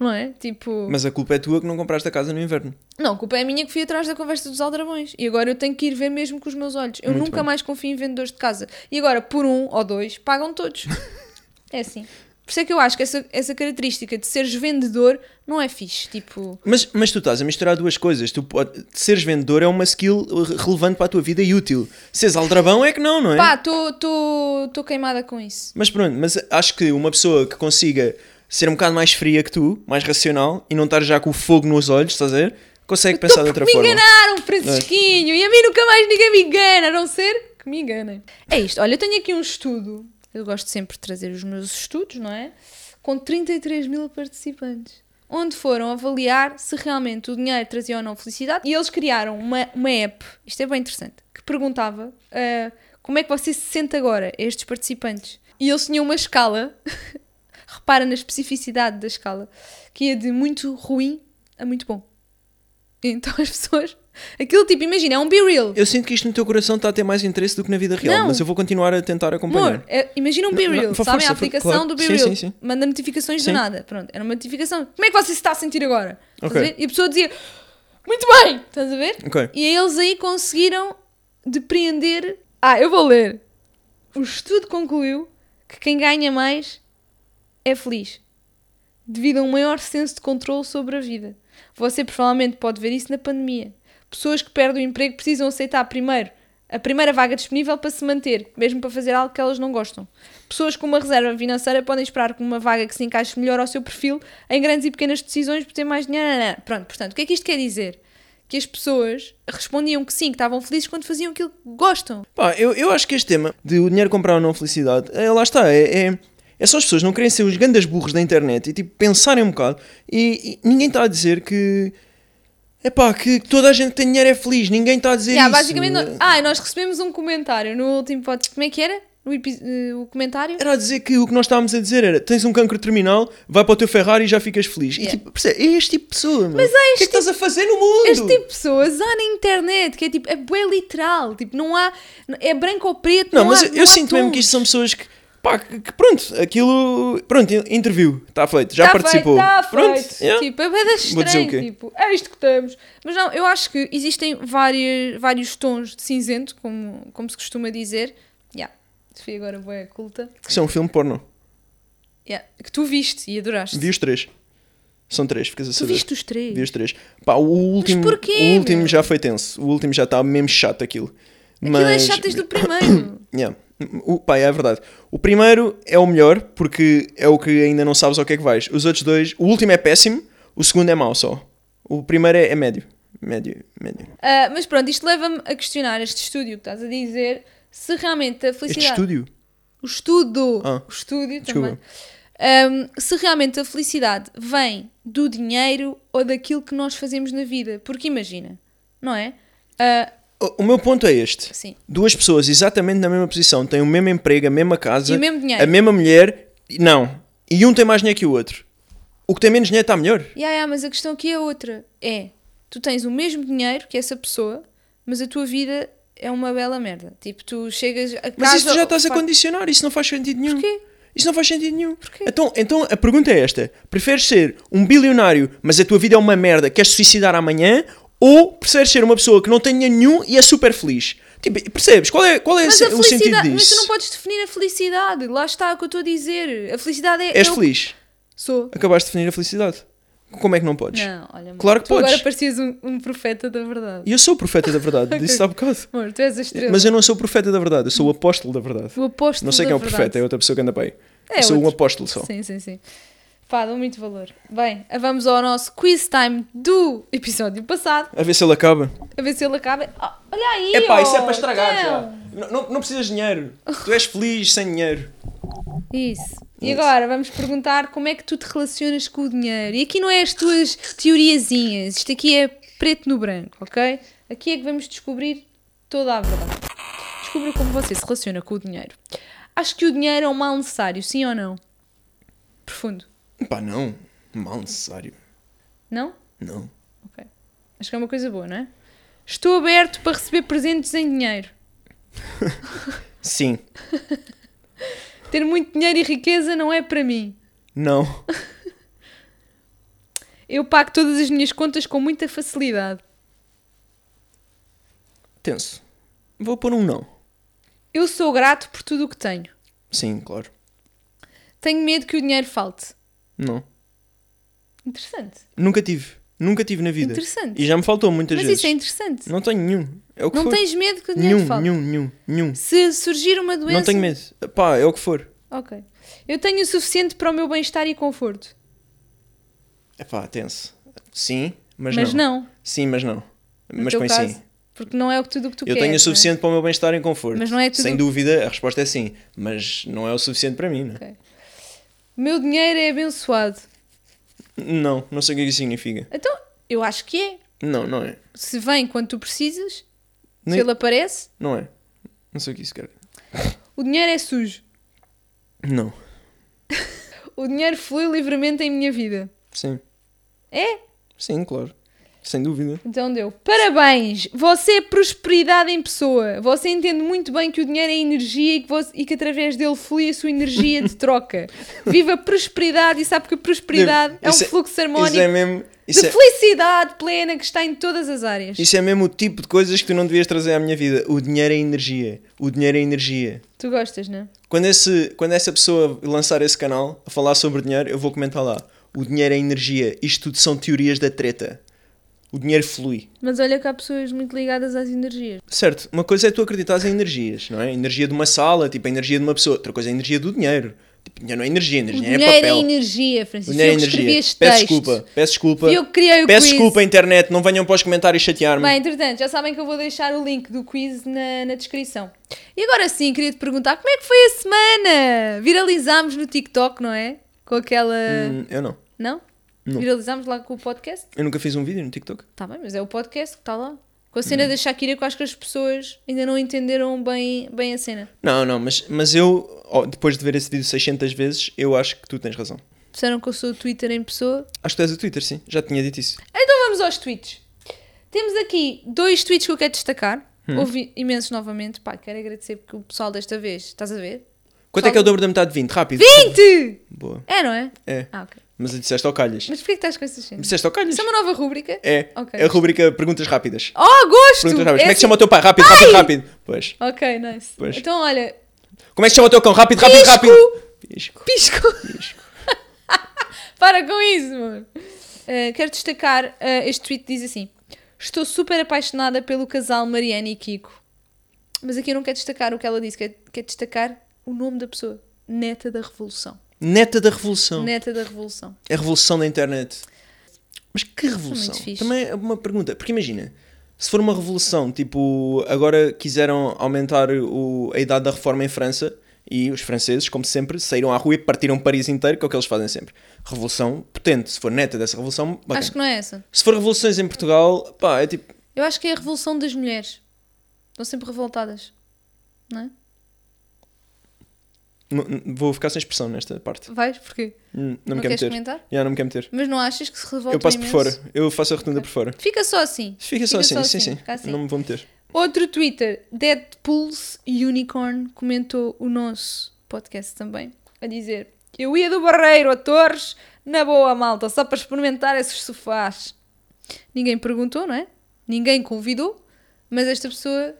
não é? Tipo, Mas a culpa é tua que não compraste a casa no inverno. não, a culpa é minha que fui atrás da conversa dos aldrabões. E agora eu tenho que ir ver mesmo com os meus olhos. Eu Muito nunca bem. mais confio em vendedores de casa. E agora, por um ou dois, pagam todos. é assim. Por isso é que eu acho que essa, essa característica de seres vendedor não é fixe. Tipo, Mas, mas tu estás a misturar duas coisas. Tu pode- seres vendedor é uma skill re- relevante para a tua vida e útil. Seres aldrabão é que não, não é? pá, estou queimada com isso. Mas pronto, mas acho que uma pessoa que consiga ser um bocado mais fria que tu, mais racional, e não estar já com o fogo nos olhos, estás a ver? Consegue Tô- pensar de outra me forma. é? enganaram, Francisquinho, e a mim nunca mais ninguém me engana, a não ser que me enganem. É isto, olha, eu tenho aqui um estudo, eu gosto sempre de trazer os meus estudos, não é? Com 33 mil participantes, onde foram avaliar se realmente o dinheiro trazia ou não felicidade, e eles criaram uma, uma app, isto é bem interessante, que perguntava ah, como é que você se sente agora, a estes participantes. E eles tinham uma escala, repara na especificidade da escala, que ia de muito ruim a muito bom. Então as pessoas. Aquilo tipo, imagina, é um be real. Eu sinto que isto no teu coração está a ter mais interesse do que na vida real, Não. mas eu vou continuar a tentar acompanhar. Amor, é- imagina um be Não, não, real. por Sabem força, a por- aplicação claro. do be Sim, real? sim, sim. Manda notificações Sim. do nada. Pronto, era uma notificação. Como é que você se está a sentir agora? Estás a Ok. ver? E a pessoa dizia: Muito bem! Estás a ver? Ok. E eles aí conseguiram depreender. Ah, eu vou ler. O estudo concluiu que quem ganha mais é feliz, devido a um maior senso de controle sobre a vida. Você provavelmente pode ver isso na pandemia. Pessoas que perdem o emprego precisam aceitar primeiro a primeira vaga disponível para se manter, mesmo para fazer algo que elas não gostam. Pessoas com uma reserva financeira podem esperar com uma vaga que se encaixe melhor ao seu perfil em grandes e pequenas decisões por ter mais dinheiro. nananã. Pronto, portanto, o que é que isto quer dizer? Que as pessoas respondiam que sim, que estavam felizes quando faziam aquilo que gostam. Pá, eu, eu acho que este tema de o dinheiro comprar ou não felicidade, é, lá está, é, é, é só as pessoas não querem ser os grandes burros da internet e tipo pensarem um bocado e, e ninguém está a dizer que é pá, que toda a gente que tem dinheiro é feliz, ninguém está a dizer Yeah, isso. basicamente, nós- ah, e nós recebemos um comentário no último podcast. Como é que era? O, epi- eh, o comentário? Era a dizer que o que nós estávamos a dizer era tens um cancro terminal, vai para o teu Ferrari e já ficas feliz. E Yeah. tipo, percebe, é este tipo de pessoa, Mas é O que é que estás a fazer no mundo? Este tipo de pessoas há na internet, que é tipo, é bué literal, tipo, não há, é branco ou preto, não, Não, mas há, eu, não há eu sinto mesmo tons. que isto são pessoas que. Pá, que, que pronto, aquilo. Pronto, interview, está feito, já Tá participou. Feito, tá pronto, feito. yeah. Tipo, é bem Vou dizer o quê? estranho. Tipo, é isto que estamos. Mas não, eu acho que existem várias, vários tons de cinzento, como, como se costuma dizer. Yeah. Fui agora boa culta. Isso é um filme porno. Yeah. Que tu viste e adoraste. Vi os três. São três, ficas a tu saber. viste os três. Vi os três. Pá, o último. porquê, o último meu? já foi tenso. O último já está mesmo chato aquilo. Aquilo é Mas- chato desde o primeiro. Yeah. O, pá, é verdade. O primeiro é o melhor porque é o que ainda não sabes ao que é que vais. Os outros dois, o último é péssimo, o segundo é mau só. O primeiro é, é médio. Médio, médio. Ah, mas pronto, isto leva-me a questionar este estúdio que estás a dizer, se realmente a Este felicidade... estúdio. O estudo. Ah, o estúdio desculpa. também. Ahm, se realmente a felicidade vem do dinheiro ou daquilo que nós fazemos na vida. Porque imagina, não é? Ah, O, o meu ponto é este. Sim. Duas pessoas exatamente na mesma posição, têm o mesmo emprego, a mesma casa, E o mesmo dinheiro. a mesma mulher. e- Não. E um tem mais dinheiro que o outro. O que tem menos dinheiro está melhor. Ya, ya, mas a questão aqui é outra. É, tu tens o mesmo dinheiro que essa pessoa, mas a tua vida é uma bela merda. Tipo, tu chegas a casa... Mas isso tu já estás a fa- condicionar, isso não faz sentido nenhum. Porquê? Isso não faz sentido nenhum. Então, então a pergunta é esta: preferes ser um bilionário, mas a tua vida é uma merda, queres suicidar amanhã, ou preferes ser uma pessoa que não tem dinheiro nenhum e é super feliz? Tipo, percebes? Qual é, qual é Mas se- a o sentido felicidade, mas tu disso? não podes definir a felicidade. Lá está o que eu estou a dizer. A felicidade é. És é o- feliz. Sou. Acabaste de definir a felicidade. Como é que não podes? Não, olha, amor, Claro que tu podes. Agora parecias um, um profeta da verdade. E eu sou o profeta da verdade, disse há bocado. Amor, tu és a estrela. Mas eu não sou o profeta da verdade, eu sou o apóstolo da verdade. O apóstolo Não sei da quem é o verdade. profeta, é outra pessoa que anda para aí. É eu sou um outro. apóstolo só. Sim, sim, sim. Pá, dão muito valor. Bem, vamos ao nosso quiz time do episódio passado. A ver se ele acaba. A ver se ele acaba. Ah, olha aí! Epá, isso é oh, para estragar então. já. Não, não, não precisas de dinheiro. Tu és feliz sem dinheiro. Isso. E Isso. agora vamos perguntar como é que tu te relacionas com o dinheiro. E aqui não é as tuas teoriazinhas. Isto aqui é preto no branco, ok? Aqui é que vamos descobrir toda a verdade. Descubra como você se relaciona com o dinheiro. Acho que o dinheiro é um mal necessário, sim ou não? Profundo. Pá, não. Mal necessário. Não? Não. Ok. Acho que é uma coisa boa, não é? Estou aberto para receber presentes em dinheiro. Sim. Ter muito dinheiro e riqueza não é para mim. Não. Eu pago todas as minhas contas com muita facilidade. Tenso. Vou pôr um não. Eu sou grato por tudo o que tenho. Sim, claro. Tenho medo que o dinheiro falte. Não. Interessante. Nunca tive. Nunca tive na vida. Interessante. E já me faltou muitas Mas vezes. isso é interessante. Não tenho nenhum. É o que Não, for. tens medo que o dinheiro nenhum, falte? nenhum, nenhum, nenhum. Se surgir uma doença. Não tenho medo. Pá, é o que for. Ok. Eu tenho o suficiente para o meu bem-estar e conforto. É pá, tenso. Sim, mas, Mas não. não. Sim, mas não. No mas teu põe caso, sim. Porque não é o que tudo o que tu Eu queres. tenho não é? o suficiente para o meu bem-estar e conforto. Mas não é tudo- Sem dúvida, a resposta é sim. Mas não é o suficiente para mim, né? Ok. Meu dinheiro é abençoado. Não, não sei o que isso significa. Então, eu acho que é. Não, não é. Se vem quando tu precisas, Nem- se ele aparece, Não é. Não sei o que isso quer. o dinheiro é sujo. Não. O dinheiro flui livremente em minha vida. Sim. É? Sim, claro. Sem dúvida. Então deu. Parabéns! Você é prosperidade em pessoa. Você entende muito bem que o dinheiro é energia e que, você- e que através dele flui a sua energia de troca. Viva a prosperidade e sabe que a prosperidade é um Isso fluxo harmónico Isso é mesmo. Isso de é, felicidade plena que está em todas as áreas. isso é mesmo o tipo de coisas que tu não devias trazer à minha vida. O dinheiro é energia. O dinheiro é energia. Tu gostas, não é? Quando, esse, quando essa pessoa lançar esse canal a falar sobre dinheiro, eu vou comentar lá. O dinheiro é energia. Isto tudo são teorias da treta. O dinheiro flui. Mas olha que há pessoas muito ligadas às energias. Certo, uma coisa é tu acreditares em energias, não é? A energia de uma sala, tipo a energia de uma pessoa. Outra coisa é a energia do dinheiro. Tipo, dinheiro não é energia, O energia dinheiro é é, papel. energia, O Francisco. dinheiro é Eu que escrevi energia. este Peço texto. desculpa, peço desculpa. Fui eu que criei o peço quiz. desculpa, internet, não venham para os comentários chatear-me. Bem, entretanto, já sabem que eu vou deixar o link do quiz na, na descrição. E agora sim, queria te perguntar como é que foi a semana? Viralizámos no TikTok, não é? Com aquela. Hum, eu não. Não? Viralizámos lá com o podcast? Eu nunca fiz um vídeo no TikTok. Tá bem, mas é o podcast que está lá. Com a Hum. cena da Shakira, que eu acho que as pessoas ainda não entenderam bem, bem a cena. Não, não, mas, mas eu, ó, depois de ver esse vídeo 600 vezes, eu acho que tu tens razão. Disseram que eu sou o Twitter em pessoa. Acho que tu és o Twitter, sim. Já tinha dito isso. Então vamos aos tweets. Temos aqui dois tweets que eu quero destacar. Hum. Houve imensos novamente. Pá, quero agradecer porque o pessoal desta vez, estás a ver? Quanto é que é o dobro da metade de 20? Rápido. 20! Boa. É, não é? É. Ah, ok. Mas eu disseste ao calhas. Mas porquê que estás com essas cenas? Disseste ao calhas. Isso é uma nova rúbrica? É. Ok. É a rubrica Perguntas Rápidas. Oh, gosto! Perguntas rápidas. É Como é que se assim- chama o teu pai? Rápido, rápido, rápido. Pois. Ok, nice. Pois. Então, olha, Como é que se chama o teu cão? Rápido, rápido, Pisco! rápido. Pisco. pisco! Para com isso, mano. Uh, quero destacar, uh, este tweet diz assim, estou super apaixonada pelo casal Mariana e Kiko. Mas aqui eu não quero destacar o que ela disse, quero, quero destacar o nome da pessoa. Neta da Revolução. Neta da Revolução. Neta da Revolução. A revolução da internet. Mas que revolução? muito fixe. Também é uma pergunta. Porque imagina, se for uma revolução, tipo, agora quiseram aumentar o- a idade da reforma em França e os franceses, como sempre, saíram à rua e partiram Paris inteiro, que é o que eles fazem sempre. Revolução potente. Se for neta dessa revolução, bacana. Acho que não é essa. Se for revoluções em Portugal, pá, é tipo. Eu acho que é a revolução das mulheres. Estão sempre revoltadas. Não é? n- n- Vou ficar sem expressão nesta parte. Vais? Porquê? Hum, Não Não me quero queres meter. comentar? Já, não me quero meter. Mas não achas que se revolta Eu passo por imenso? fora. Eu faço a rotunda por fora. Fica só assim. Fica só assim, sim, sim. fica assim. Não me vou meter. Outro Twitter, Deadpools Unicorn, comentou o nosso podcast também. a dizer: Eu ia do Barreiro a Torres, na boa malta, só para experimentar esses sofás. Ninguém perguntou, não é? Ninguém convidou, mas esta pessoa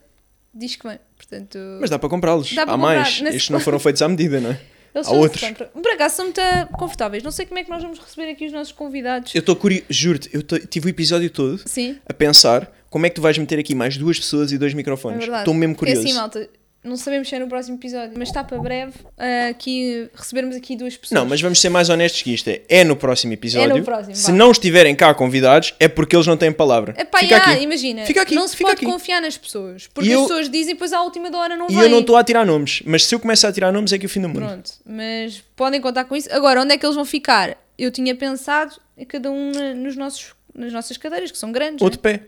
diz que vem. Portanto, Mas dá para comprá-los. Dá para Há comprar. mais. Nesse- Estes não foram feitos à medida, não é? eles Há são outros. sempre- Por acaso são muito confortáveis. Não sei como é que nós vamos receber aqui os nossos convidados. Eu estou curioso, juro-te, eu tô- tive o episódio todo Sim. a pensar como é que tu vais meter aqui mais duas pessoas e dois É microfones. verdade. Estou mesmo Porque curioso. assim, malta, não sabemos se é no próximo episódio, mas está para breve ah, aqui recebermos aqui duas pessoas. não, mas vamos ser mais honestos que isto é. É no próximo episódio. É no próximo, se vá. não estiverem cá convidados, é porque eles não têm palavra. Epá, fica já, aqui. imagina, Fica aqui. não se fica pode aqui. confiar nas pessoas, porque E eu- as pessoas dizem e depois à última da hora não E vêm. eu não estou a tirar nomes, mas se eu começar a tirar nomes é que o fim do mundo. Pronto, mas podem contar com isso. Agora, onde é que eles vão ficar? Eu tinha pensado em cada um na- nos nossos, nas nossas cadeiras, que são grandes. Ou né? de pé.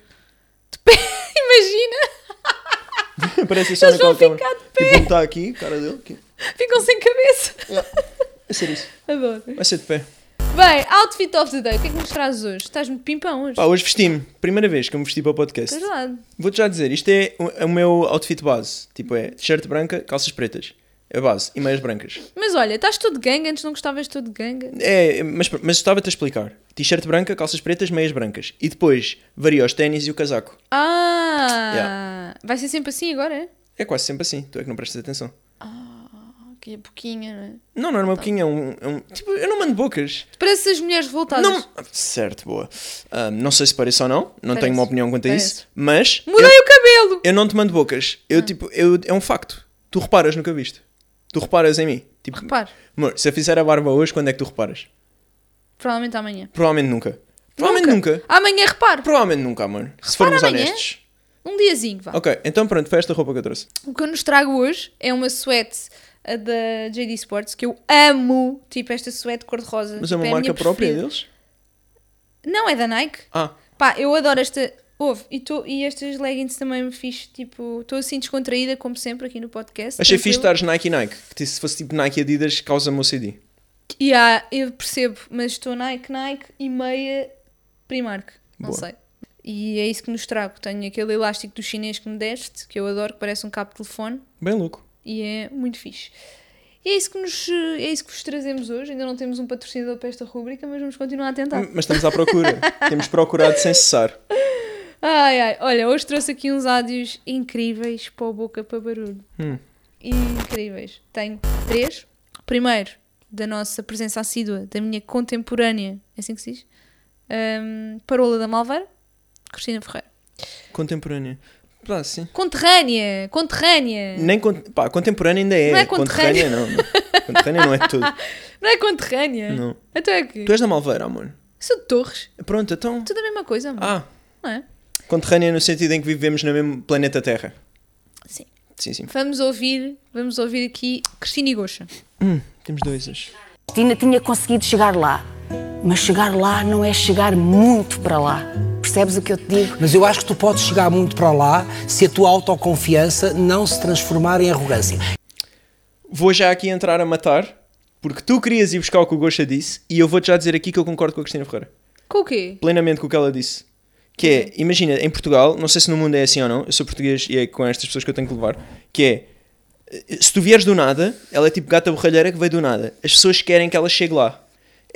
Imagina, Parece só Eles vão naquela ficar câmara. de Tipo, um está aqui, cara dele. Aqui. ficam sem cabeça. Vai ser isso. Adoro. Vai ser de pé. Bem, outfit of the day, o que é que nos trazes hoje? Estás muito pimpão hoje. Pá, hoje vesti-me. Primeira vez que eu me vesti para o podcast. Estás lá. Vou-te já dizer, isto é o, é o meu outfit base. Tipo, é t-shirt branca, calças pretas. É a base. E meias brancas. Mas olha, estás todo ganga, antes não gostavas todo ganga. É, mas, mas estava-te a explicar. T-shirt branca, calças pretas, meias brancas. E depois varia os ténis e o casaco. Ah! Yeah. Vai ser sempre assim agora, é? É quase sempre assim. Tu é que não prestas atenção. Que é pouquinha, não é? Não, não era uma boquinha, é um, é um- Tipo, eu não mando bocas. Parece as mulheres revoltadas. Não... Certo, boa. Ah, não sei se parece ou não. Não Parece. tenho uma opinião quanto a isso. Mas... Mudei eu- o Ah. cabelo! Eu não te mando bocas. Eu, tipo, eu, é um facto. Tu reparas no que eu visto. Tu reparas em mim. Tipo, Repare, amor, se eu fizer a barba hoje, quando é que tu reparas? provavelmente amanhã. Provavelmente nunca. Provavelmente nunca. Amanhã repare. Provavelmente nunca, amor. Se formos amanhã. honestos. Um diazinho, vá. Ok, então pronto, foi esta roupa que eu trouxe. O que eu nos trago hoje é uma suéte a da JD Sports que eu amo. Tipo, esta suéte cor-de-rosa. Mas Tipo, é uma a marca minha própria preferida. deles? Não, é da Nike. Ah, Pá, eu adoro esta. Houve, e, tô- e estas leggings também me fiz, tipo, estou assim descontraída, como sempre, aqui no podcast. achei tranquilo. fixe estares Nike e Nike. Que se fosse tipo Nike e Adidas, causa-me o CD. Yeah, eu percebo, mas estou Nike, Nike e meia Primark. Não Boa. sei. E é isso que nos trago. Tenho aquele elástico do chinês que me deste, que eu adoro, que parece um cabo de telefone Bem louco. e é muito fixe. E é isso que, nos, eh, é isso que vos trazemos hoje. Ainda não temos um patrocinador para esta rubrica, mas vamos continuar a tentar. Hum, Mas estamos à procura. Temos procurado sem cessar. Ai, ai, olha, hoje trouxe aqui uns áudios incríveis para o Boca para Barulho. Hum, Incríveis. Tenho três. Primeiro, da nossa presença assídua, da minha contemporânea, é assim que se diz? Ahm, Parola da Malveira, Cristina Ferreira. Contemporânea. Pá, sim. Conterrânea, conterrânea. Nem con... pá, contemporânea ainda é. Não é conterrânea. não. não. Conterrânea não é tudo. Não é conterrânea? Não. Até aqui. Tu é- és da Malveira, amor. Sou de Torres. Pronto, então. Tudo a mesma coisa, amor. Ah, não é? conterrânea no sentido em que vivemos no mesmo planeta Terra. Sim. Sim, sim. Vamos ouvir, vamos ouvir aqui Cristina e Goxa. Hum, temos dois hoje. Cristina tinha conseguido chegar lá. Mas chegar lá não é chegar muito para lá. Percebes o que eu te digo? Mas eu acho que tu podes chegar muito para lá se a tua autoconfiança não se transformar em arrogância. Vou já aqui entrar a matar, porque tu querias ir buscar o que o Gosha disse, e eu vou-te já dizer aqui que eu concordo com a Cristina Ferreira. Com o quê? Plenamente com o que ela disse. Que Uhum. é, imagina, em Portugal, não sei se no mundo é assim ou não, eu sou português e é com estas pessoas que eu tenho que levar, que é, eh, se tu vieres do nada, ela é tipo gata borralheira que veio do nada. As pessoas querem que ela chegue lá.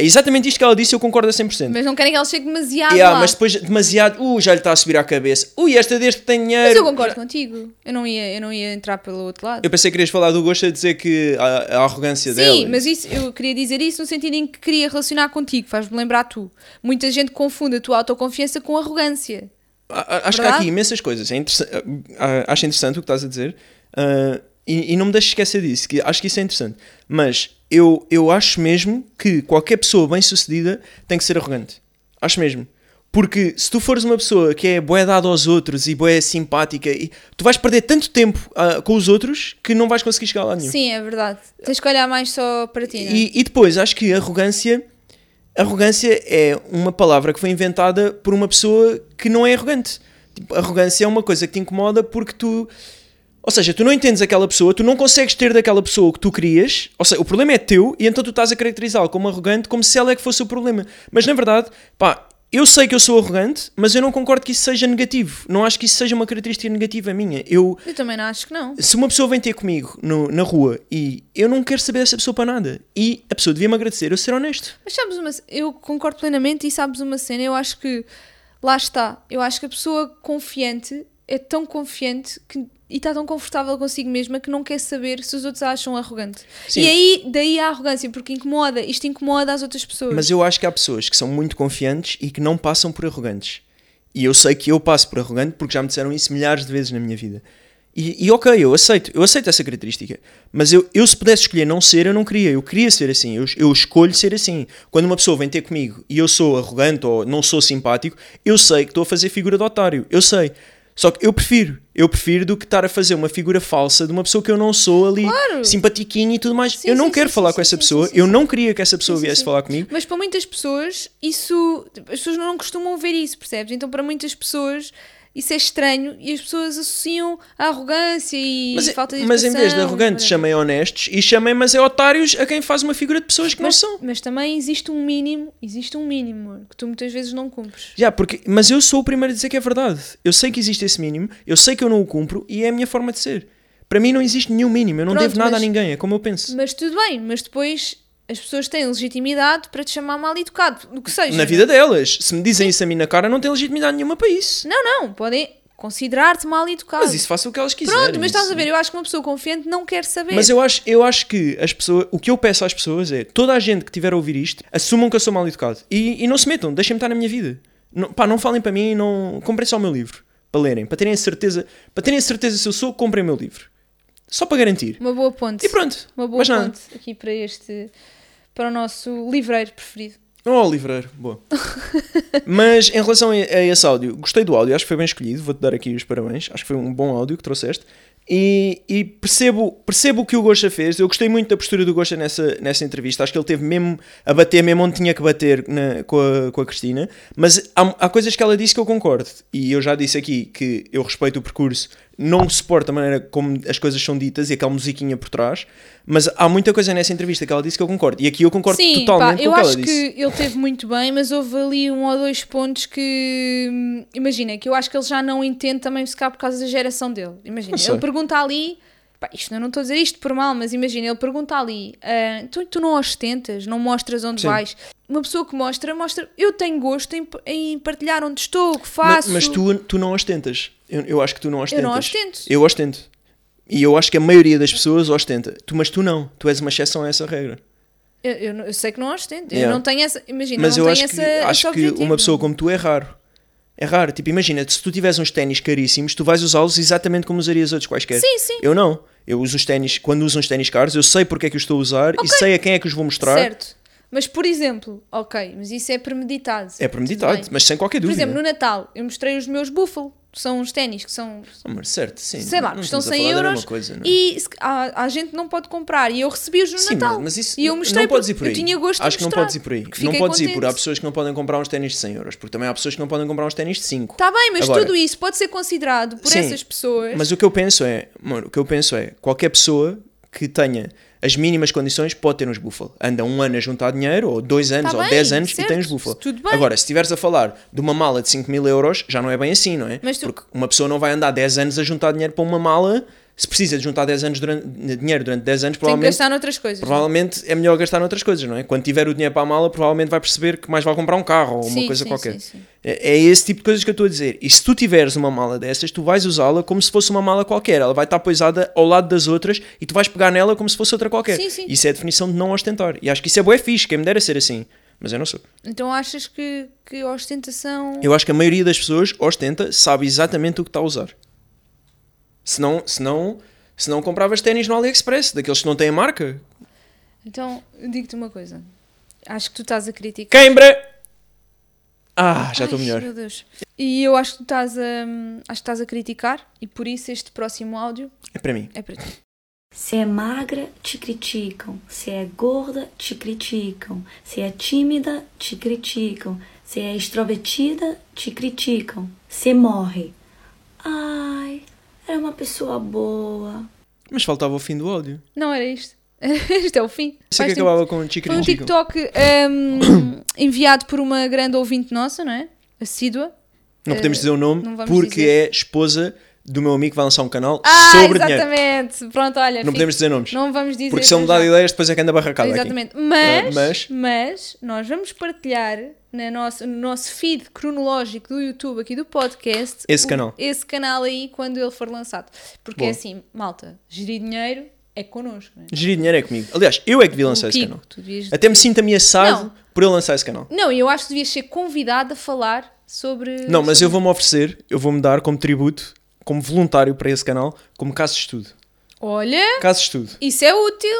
É exatamente isto que ela disse, eu concordo a 100%. Mas não querem que ela chegue demasiado Yeah, lá. ah, mas depois demasiado, uh, já lhe está a subir à cabeça. Ui, esta desde que tem dinheiro. Mas eu concordo contigo. Eu não ia, eu não ia entrar pelo outro lado. Eu pensei que querias falar do gosto a dizer que a, a arrogância dela. Sim, mas isso, eu queria dizer isso no sentido em que queria relacionar contigo, faz-me lembrar tu. Muita gente confunde a tua autoconfiança com arrogância. A- a- Acho que há Verdade? aqui imensas coisas. É interessa- ah, ah, acho interessante o que estás a dizer. Ah, e, e não me deixes esquecer disso, que acho que isso é interessante. Mas eu, eu acho mesmo que qualquer pessoa bem-sucedida tem que ser arrogante. Acho mesmo. Porque se tu fores uma pessoa que é boé dada aos outros e boé simpática, e- tu vais perder tanto tempo ah, com os outros que não vais conseguir chegar lá nenhum. Sim, é verdade. Tens que olhar mais só para ti, não é? E, e depois, acho que arrogância. Arrogância é uma palavra que foi inventada por uma pessoa que não é arrogante. Tipo, arrogância é uma coisa que te incomoda porque tu. Ou seja, tu não entendes aquela pessoa, tu não consegues ter daquela pessoa o que tu querias, ou seja, o problema é teu e então tu estás a caracterizá-la como arrogante, como se ela é que fosse o problema. Mas na verdade, pá, eu sei que eu sou arrogante, mas eu não concordo que isso seja negativo. Não acho que isso seja uma característica negativa minha. Eu, Eu também não acho que não. se uma pessoa vem ter comigo no- na rua e eu não quero saber dessa pessoa para nada, e a pessoa devia-me agradecer, eu ser honesto. Mas sabes uma c- eu concordo plenamente e sabes uma cena, eu acho que lá está, eu acho que a pessoa confiante é tão confiante que, e está tão confortável consigo mesma que não quer saber se os outros a acham arrogante. Sim. E aí, daí a arrogância, porque incomoda, isto incomoda as outras pessoas. Mas eu acho que há pessoas que são muito confiantes e que não passam por arrogantes. E eu sei que eu passo por arrogante porque já me disseram isso milhares de vezes na minha vida. E, e ok, eu aceito, eu aceito essa característica. Mas eu, eu se pudesse escolher não ser, eu não queria. Eu queria ser assim, eu, eu escolho ser assim. Quando uma pessoa vem ter comigo e eu sou arrogante ou não sou simpático, eu sei que estou a fazer figura de otário. Eu sei. Só que eu prefiro. Eu prefiro do que estar a fazer uma figura falsa de uma pessoa que eu não sou ali, Claro. simpatiquinha e tudo mais. Sim, eu não sim, quero sim, falar sim, com essa sim, pessoa, sim, eu sim. não queria que essa pessoa Sim, sim, viesse sim. falar comigo. Mas para muitas pessoas, isso. As pessoas não costumam ver isso, percebes? Então, para muitas pessoas, isso é estranho e as pessoas associam a arrogância e Mas, é- falta de mas em vez de educação, arrogantes, whatever. chamem honestos e chamem, mas é otários a quem faz uma figura de pessoas que mas, não são. Mas também existe um mínimo, existe um mínimo amor, que tu muitas vezes não cumpres. Já, porque, mas eu sou o primeiro a dizer que é verdade. Eu sei que existe esse mínimo, eu sei que eu não o cumpro e é a minha forma de ser. Para mim não existe nenhum mínimo, eu não Pronto, devo nada mas- a ninguém, é como eu penso. Mas tudo bem, mas depois as pessoas têm legitimidade para te chamar mal educado, o que seja. Na vida delas, se me dizem isso a mim na cara, não tem legitimidade nenhuma para isso. Não, não, podem considerar-te mal educado. Mas isso faça o que elas quiserem. Pronto, mas estás isso- é- a ver, eu acho que uma pessoa confiante não quer saber. Mas eu acho, eu acho que as pessoas, o que eu peço às pessoas é toda a gente que tiver a ouvir isto, assumam que eu sou mal educado e, e não se metam, deixem-me estar na minha vida. Não, pá, não falem para mim, não comprem só o meu livro para lerem, para terem a certeza, para terem a certeza se eu sou, comprem o meu livro. Só para garantir. Uma boa ponte. E pronto. Uma boa Mas nada. ponte aqui para este, para o nosso livreiro preferido. Oh, livreiro, boa. Mas em relação a, a esse áudio, gostei do áudio, acho que foi bem escolhido, vou-te dar aqui os parabéns, acho que foi um bom áudio que trouxeste. E, e percebo, percebo o que o Gosta fez, eu gostei muito da postura do Gosta nessa, nessa entrevista, acho que ele teve mesmo a bater mesmo onde tinha que bater na- com, a, com a Cristina, mas há, há coisas que ela disse que eu concordo, e eu já disse aqui que eu respeito o percurso, não suporto a maneira como as coisas são ditas e aquela musiquinha por trás, mas há muita coisa nessa entrevista que ela disse que eu concordo, e aqui eu concordo Sim, totalmente pá, eu com o que ela acho disse. que ele teve muito bem, mas houve ali um ou dois pontos que hum, imagina, que eu acho que ele já não entende também se calhar por causa da geração dele. Imagina, Não sei. ele pergunta ali, pá, isto eu não estou a dizer isto por mal, mas imagina, ele pergunta ali, ah, tu, tu não ostentas, não mostras onde Sim. vais. Uma pessoa que mostra, mostra, eu tenho gosto em, em partilhar onde estou, o que Ma- faço. Mas tu, tu não ostentas. Eu, eu acho que tu não ostentas. não ostento. Eu ostento. E eu acho que a maioria das pessoas ostenta. Tu, mas tu não. Tu és uma exceção a essa regra. Eu, eu não- eu sei que não ostento, eu Yeah. não tenho essa, imagina, mas não eu tenho acho essa, que, esse acho que objetivo, uma pessoa não. como tu é raro. É raro. Tipo, imagina, se tu tiveres uns ténis caríssimos, tu vais usá-los exatamente como usarias outros quaisquer. Sim, sim. Eu não. Eu uso os ténis, quando uso uns ténis caros, eu sei porque é que os estou a usar e sei a quem é que os vou mostrar. Certo. Mas, por exemplo, ok, mas isso é premeditado. É premeditado, Tudo bem. mas sem qualquer Por dúvida. exemplo, no Natal, eu mostrei os meus Buffalo, que são uns ténis que são, Oh, Amor, certo, sim. sei lá, não custam estamos a 100 falar da mesma euros coisa, não é? e se- a, a gente não pode comprar. E eu recebi-os no Sim, Natal. mas isso e eu não- mostrei não podes ir porque por aí. eu tinha gosto Acho de que não mostrar, podes ir por aí. porque Não fiquei podes ir contente. por aí. Há pessoas que não podem comprar uns ténis de 100 euros, porque também há pessoas que não podem comprar uns ténis de 5. Tá bem, mas Agora, tudo isso pode ser considerado por sim, essas pessoas. Mas o que eu penso é, amor, o que eu penso é, qualquer pessoa que tenha as mínimas condições pode ter uns Buffalo. Anda um ano a juntar dinheiro, ou dois anos, ou Tá bem, dez anos certo, e tem uns Buffalo. tudo bem. Agora, se estiveres a falar de uma mala de 5 mil euros, já não é bem assim, não é? Mas tu- Porque uma pessoa não vai andar 10 anos a juntar dinheiro para uma mala. Se precisa de juntar 10 anos durante, dinheiro durante 10 anos, Tenho que provavelmente gastar noutras coisas. Provavelmente é melhor gastar noutras coisas, não é? Quando tiver o dinheiro para a mala, provavelmente vai perceber que mais vale comprar um carro ou Sim, uma coisa sim, qualquer. sim, sim. É, é esse tipo de coisas que eu estou a dizer. E se tu tiveres uma mala dessas, tu vais usá-la como se fosse uma mala qualquer. Ela vai estar poisada ao lado das outras e tu vais pegar nela como se fosse outra qualquer. Sim, sim. Isso é a definição de não ostentar. E acho que isso é bué fixe, quem me dera ser assim. Mas eu não sou. Então achas que, que a ostentação. Eu acho que a maioria das pessoas ostenta, sabe exatamente o que está a usar. Se não, se não, se não compravas ténis no AliExpress, daqueles que não têm marca. Então, eu digo-te uma coisa. Acho que tu estás a criticar. Queimbra! Ah, já estou Ai, melhor. Meu Deus. E eu acho que tu estás a, acho que estás a criticar e por isso este próximo áudio É para mim. é para ti. Se é magra, te criticam. Se é gorda, te criticam. Se é tímida, te criticam. Se é extrovertida, te criticam. Se morre. Ai, era uma pessoa boa. Mas faltava o fim do áudio. Não era isto. Isto é o fim. Isso é que Vais ter- acabava com Foi um Chiquirichico. TikTok ehm, enviado por uma grande ouvinte nossa, não é? Assídua. Não podemos dizer o Eh, não nome vamos porque dizer. é esposa do meu amigo que vai lançar um canal Ah, sobre dinheiro. exatamente. Pronto, olha. Não podemos dizer nomes. Não vamos dizer. Porque se ele me para dá já. ideias, depois é que anda barracada aqui. Exatamente. Mas, Ah, mas... mas- nós vamos partilhar na nosso, no nosso feed cronológico do YouTube aqui do podcast Esse o- canal. Esse canal aí quando ele for lançado. Porque é Boa. assim, malta, gerir dinheiro é connosco, não é? Gerir dinheiro é comigo. Aliás, eu é que devia lançar esse Kiko, canal. tu devias- Até me sinto ameaçado Não. por eu lançar esse canal. Não, eu acho que devias ser convidado a falar sobre. Não, mas sobre- eu vou-me oferecer, eu vou-me dar como tributo, como voluntário para esse canal, como caso de estudo. Olha, Caso de estudo. isso é útil.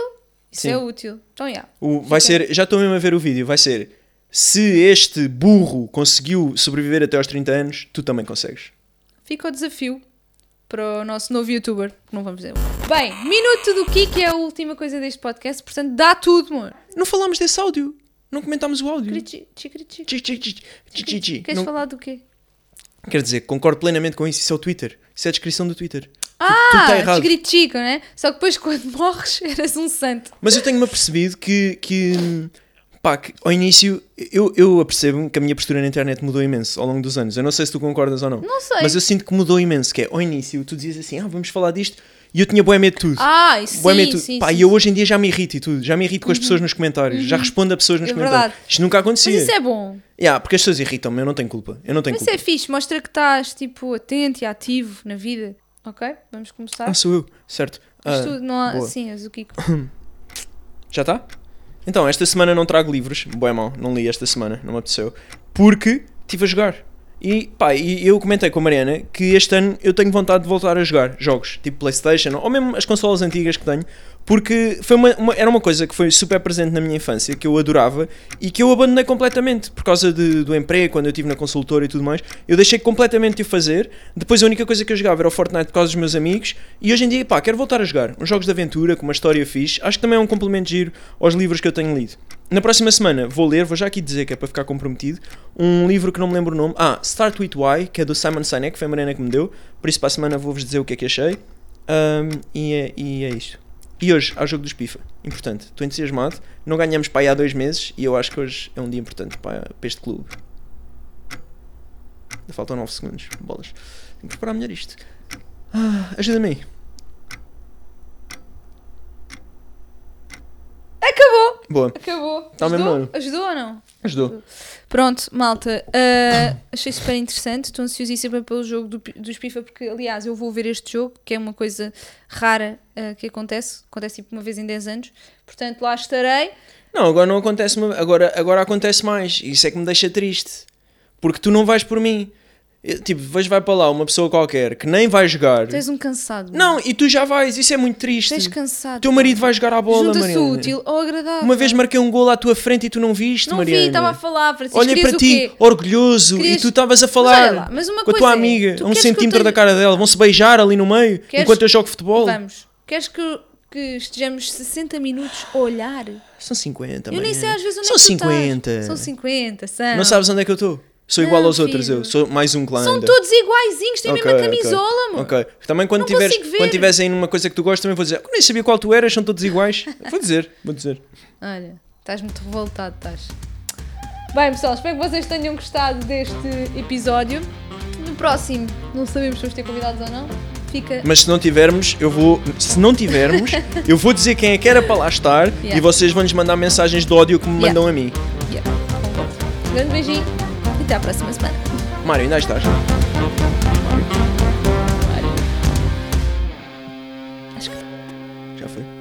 Isso Sim. é útil. Então, já. O, vai ser, já estou mesmo a ver o vídeo, vai ser se este burro conseguiu sobreviver até aos 30 anos, tu também consegues. Fica o desafio para o nosso novo youtuber. que Não vamos dizer. Bem, minuto do Kiko é a última coisa deste podcast, portanto, dá tudo, amor. Não falámos desse áudio. Não comentámos o áudio. Crichi- chicrichi. Chi, chi, chi, chi, chi, chi. Queres Não- falar do quê? Quer dizer, concordo plenamente com isso. Isso é o Twitter. Isso é a descrição do Twitter. Ah, tá errado. te criticam, né? Só que depois quando morres eras um santo. Mas eu tenho-me apercebido que, que, pá, que ao início eu, eu apercebo que a minha postura na internet mudou imenso ao longo dos anos. Eu não sei se tu concordas ou não. Não sei. Mas eu sinto que mudou imenso, que é ao início tu dizias assim, ah, vamos falar disto, e eu tinha boé medo de tudo. Ah, isso Bué sim, medo de tudo. sim, Pá, sim, Uhum. e eu hoje em dia já me irrito e tudo, já me irrito com as pessoas nos comentários, já respondo a pessoas nos É comentários. verdade. Isto nunca acontecia. Mas isso é bom. Yeah, porque as pessoas irritam-me, eu não tenho culpa. Eu não tenho Mas isso culpa. é fixe, mostra que estás tipo atento e ativo na vida. Ok? Vamos começar. Ah, sou eu, certo. Mas Ah, tu não há... boa. Sim, és o Kiko. Já está? Então, esta semana não trago livros. Boé mal, não li esta semana, não me apeteceu. Porque estive a jogar. E pá, e eu comentei com a Mariana que este ano eu tenho vontade de voltar a jogar jogos, tipo Playstation, ou mesmo as consolas antigas que tenho, porque foi uma, uma- era uma coisa que foi super presente na minha infância, que eu adorava e que eu abandonei completamente por causa de- do emprego, quando eu estive na consultora e tudo mais, eu deixei completamente de o fazer, depois a única coisa que eu jogava era o Fortnite por causa dos meus amigos, e hoje em dia, pá, quero voltar a jogar uns jogos de aventura, com uma história fixe, acho que também é um complemento giro aos livros que eu tenho lido. Na próxima semana vou ler, vou já aqui dizer que é para ficar comprometido, um livro que não me lembro o nome. Ah, Start With Why, que é do Simon Sinek, foi a Mariana que me deu. Por isso, para a semana vou-vos dizer o que é que achei. Ahm, e, é, e é isto. E hoje, ao jogo dos PIFA. Importante, estou entusiasmado. Não ganhamos para aí há dois meses e eu acho que hoje é um dia importante para, para este clube. Ainda Faltam 9 segundos. Bolas. Tenho que preparar melhor isto. Ah, Ajuda-me aí. Acabou! Boa. Acabou. Tá mesmo Ajudou? ouro. Ajudou ou não? Ajudou. Pronto, malta, ah, achei super interessante. Estou ansiosíssima pelo jogo do Pi- dos Pifa, porque aliás eu vou ver este jogo, que é uma coisa rara ah, que acontece, acontece tipo uma vez em 10 anos. Portanto, lá estarei. Não, agora não acontece. uma- Agora, agora acontece mais. Isso é que me deixa triste. Porque tu não vais por mim. Eu, tipo, vejo vai para lá uma pessoa qualquer que nem vai jogar. Tu és um cansado. Não, e tu já vais. Isso é muito Tu triste. és cansado. Teu marido vai jogar à bola, Junta-se Mariana. o útil ou agradável. Uma vez marquei um gol à tua frente e tu não viste, Não Mariana. vi, estava a falar, Francisco. Olhei Assim, querias para o ti, quê? orgulhoso, Querias- e tu estavas a Mas falar olha lá, mas uma com a coisa tua é, amiga, tu a um queres que eu centímetro tenha- da cara dela. Vão-se beijar ali no meio, Queres- enquanto eu jogo futebol. Vamos. Queres que, que estejamos 60 minutos a olhar? São 50, eu nem Mariana. sei às vezes onde São é que tu estás. 50. São 50, são. Não sabes onde é que eu estou. Sou Não, igual aos filho. outros, eu. Sou mais um clã. São ainda. todos iguaizinhos, têm a mesma Ok, ok. camisola, amor. Ok. Também quando Não tiveres, consigo ver. quando tiveres aí numa coisa que tu gostas, também vou dizer. Eu nem sabia qual tu eras, são todos iguais. vou dizer, vou dizer. Olha, estás muito revoltado, estás. Bem, pessoal, espero que vocês tenham gostado deste episódio. No próximo, não sabemos se vamos ter convidados ou não. Fica. Mas se não tivermos, eu vou. Se não tivermos, eu vou dizer quem é que era para lá estar Yeah. e vocês vão-nos mandar mensagens de ódio que me Yeah. mandam a mim. Yeah. Grande beijinho e até à próxima semana. Mário, ainda aí estás? Acho que Já foi.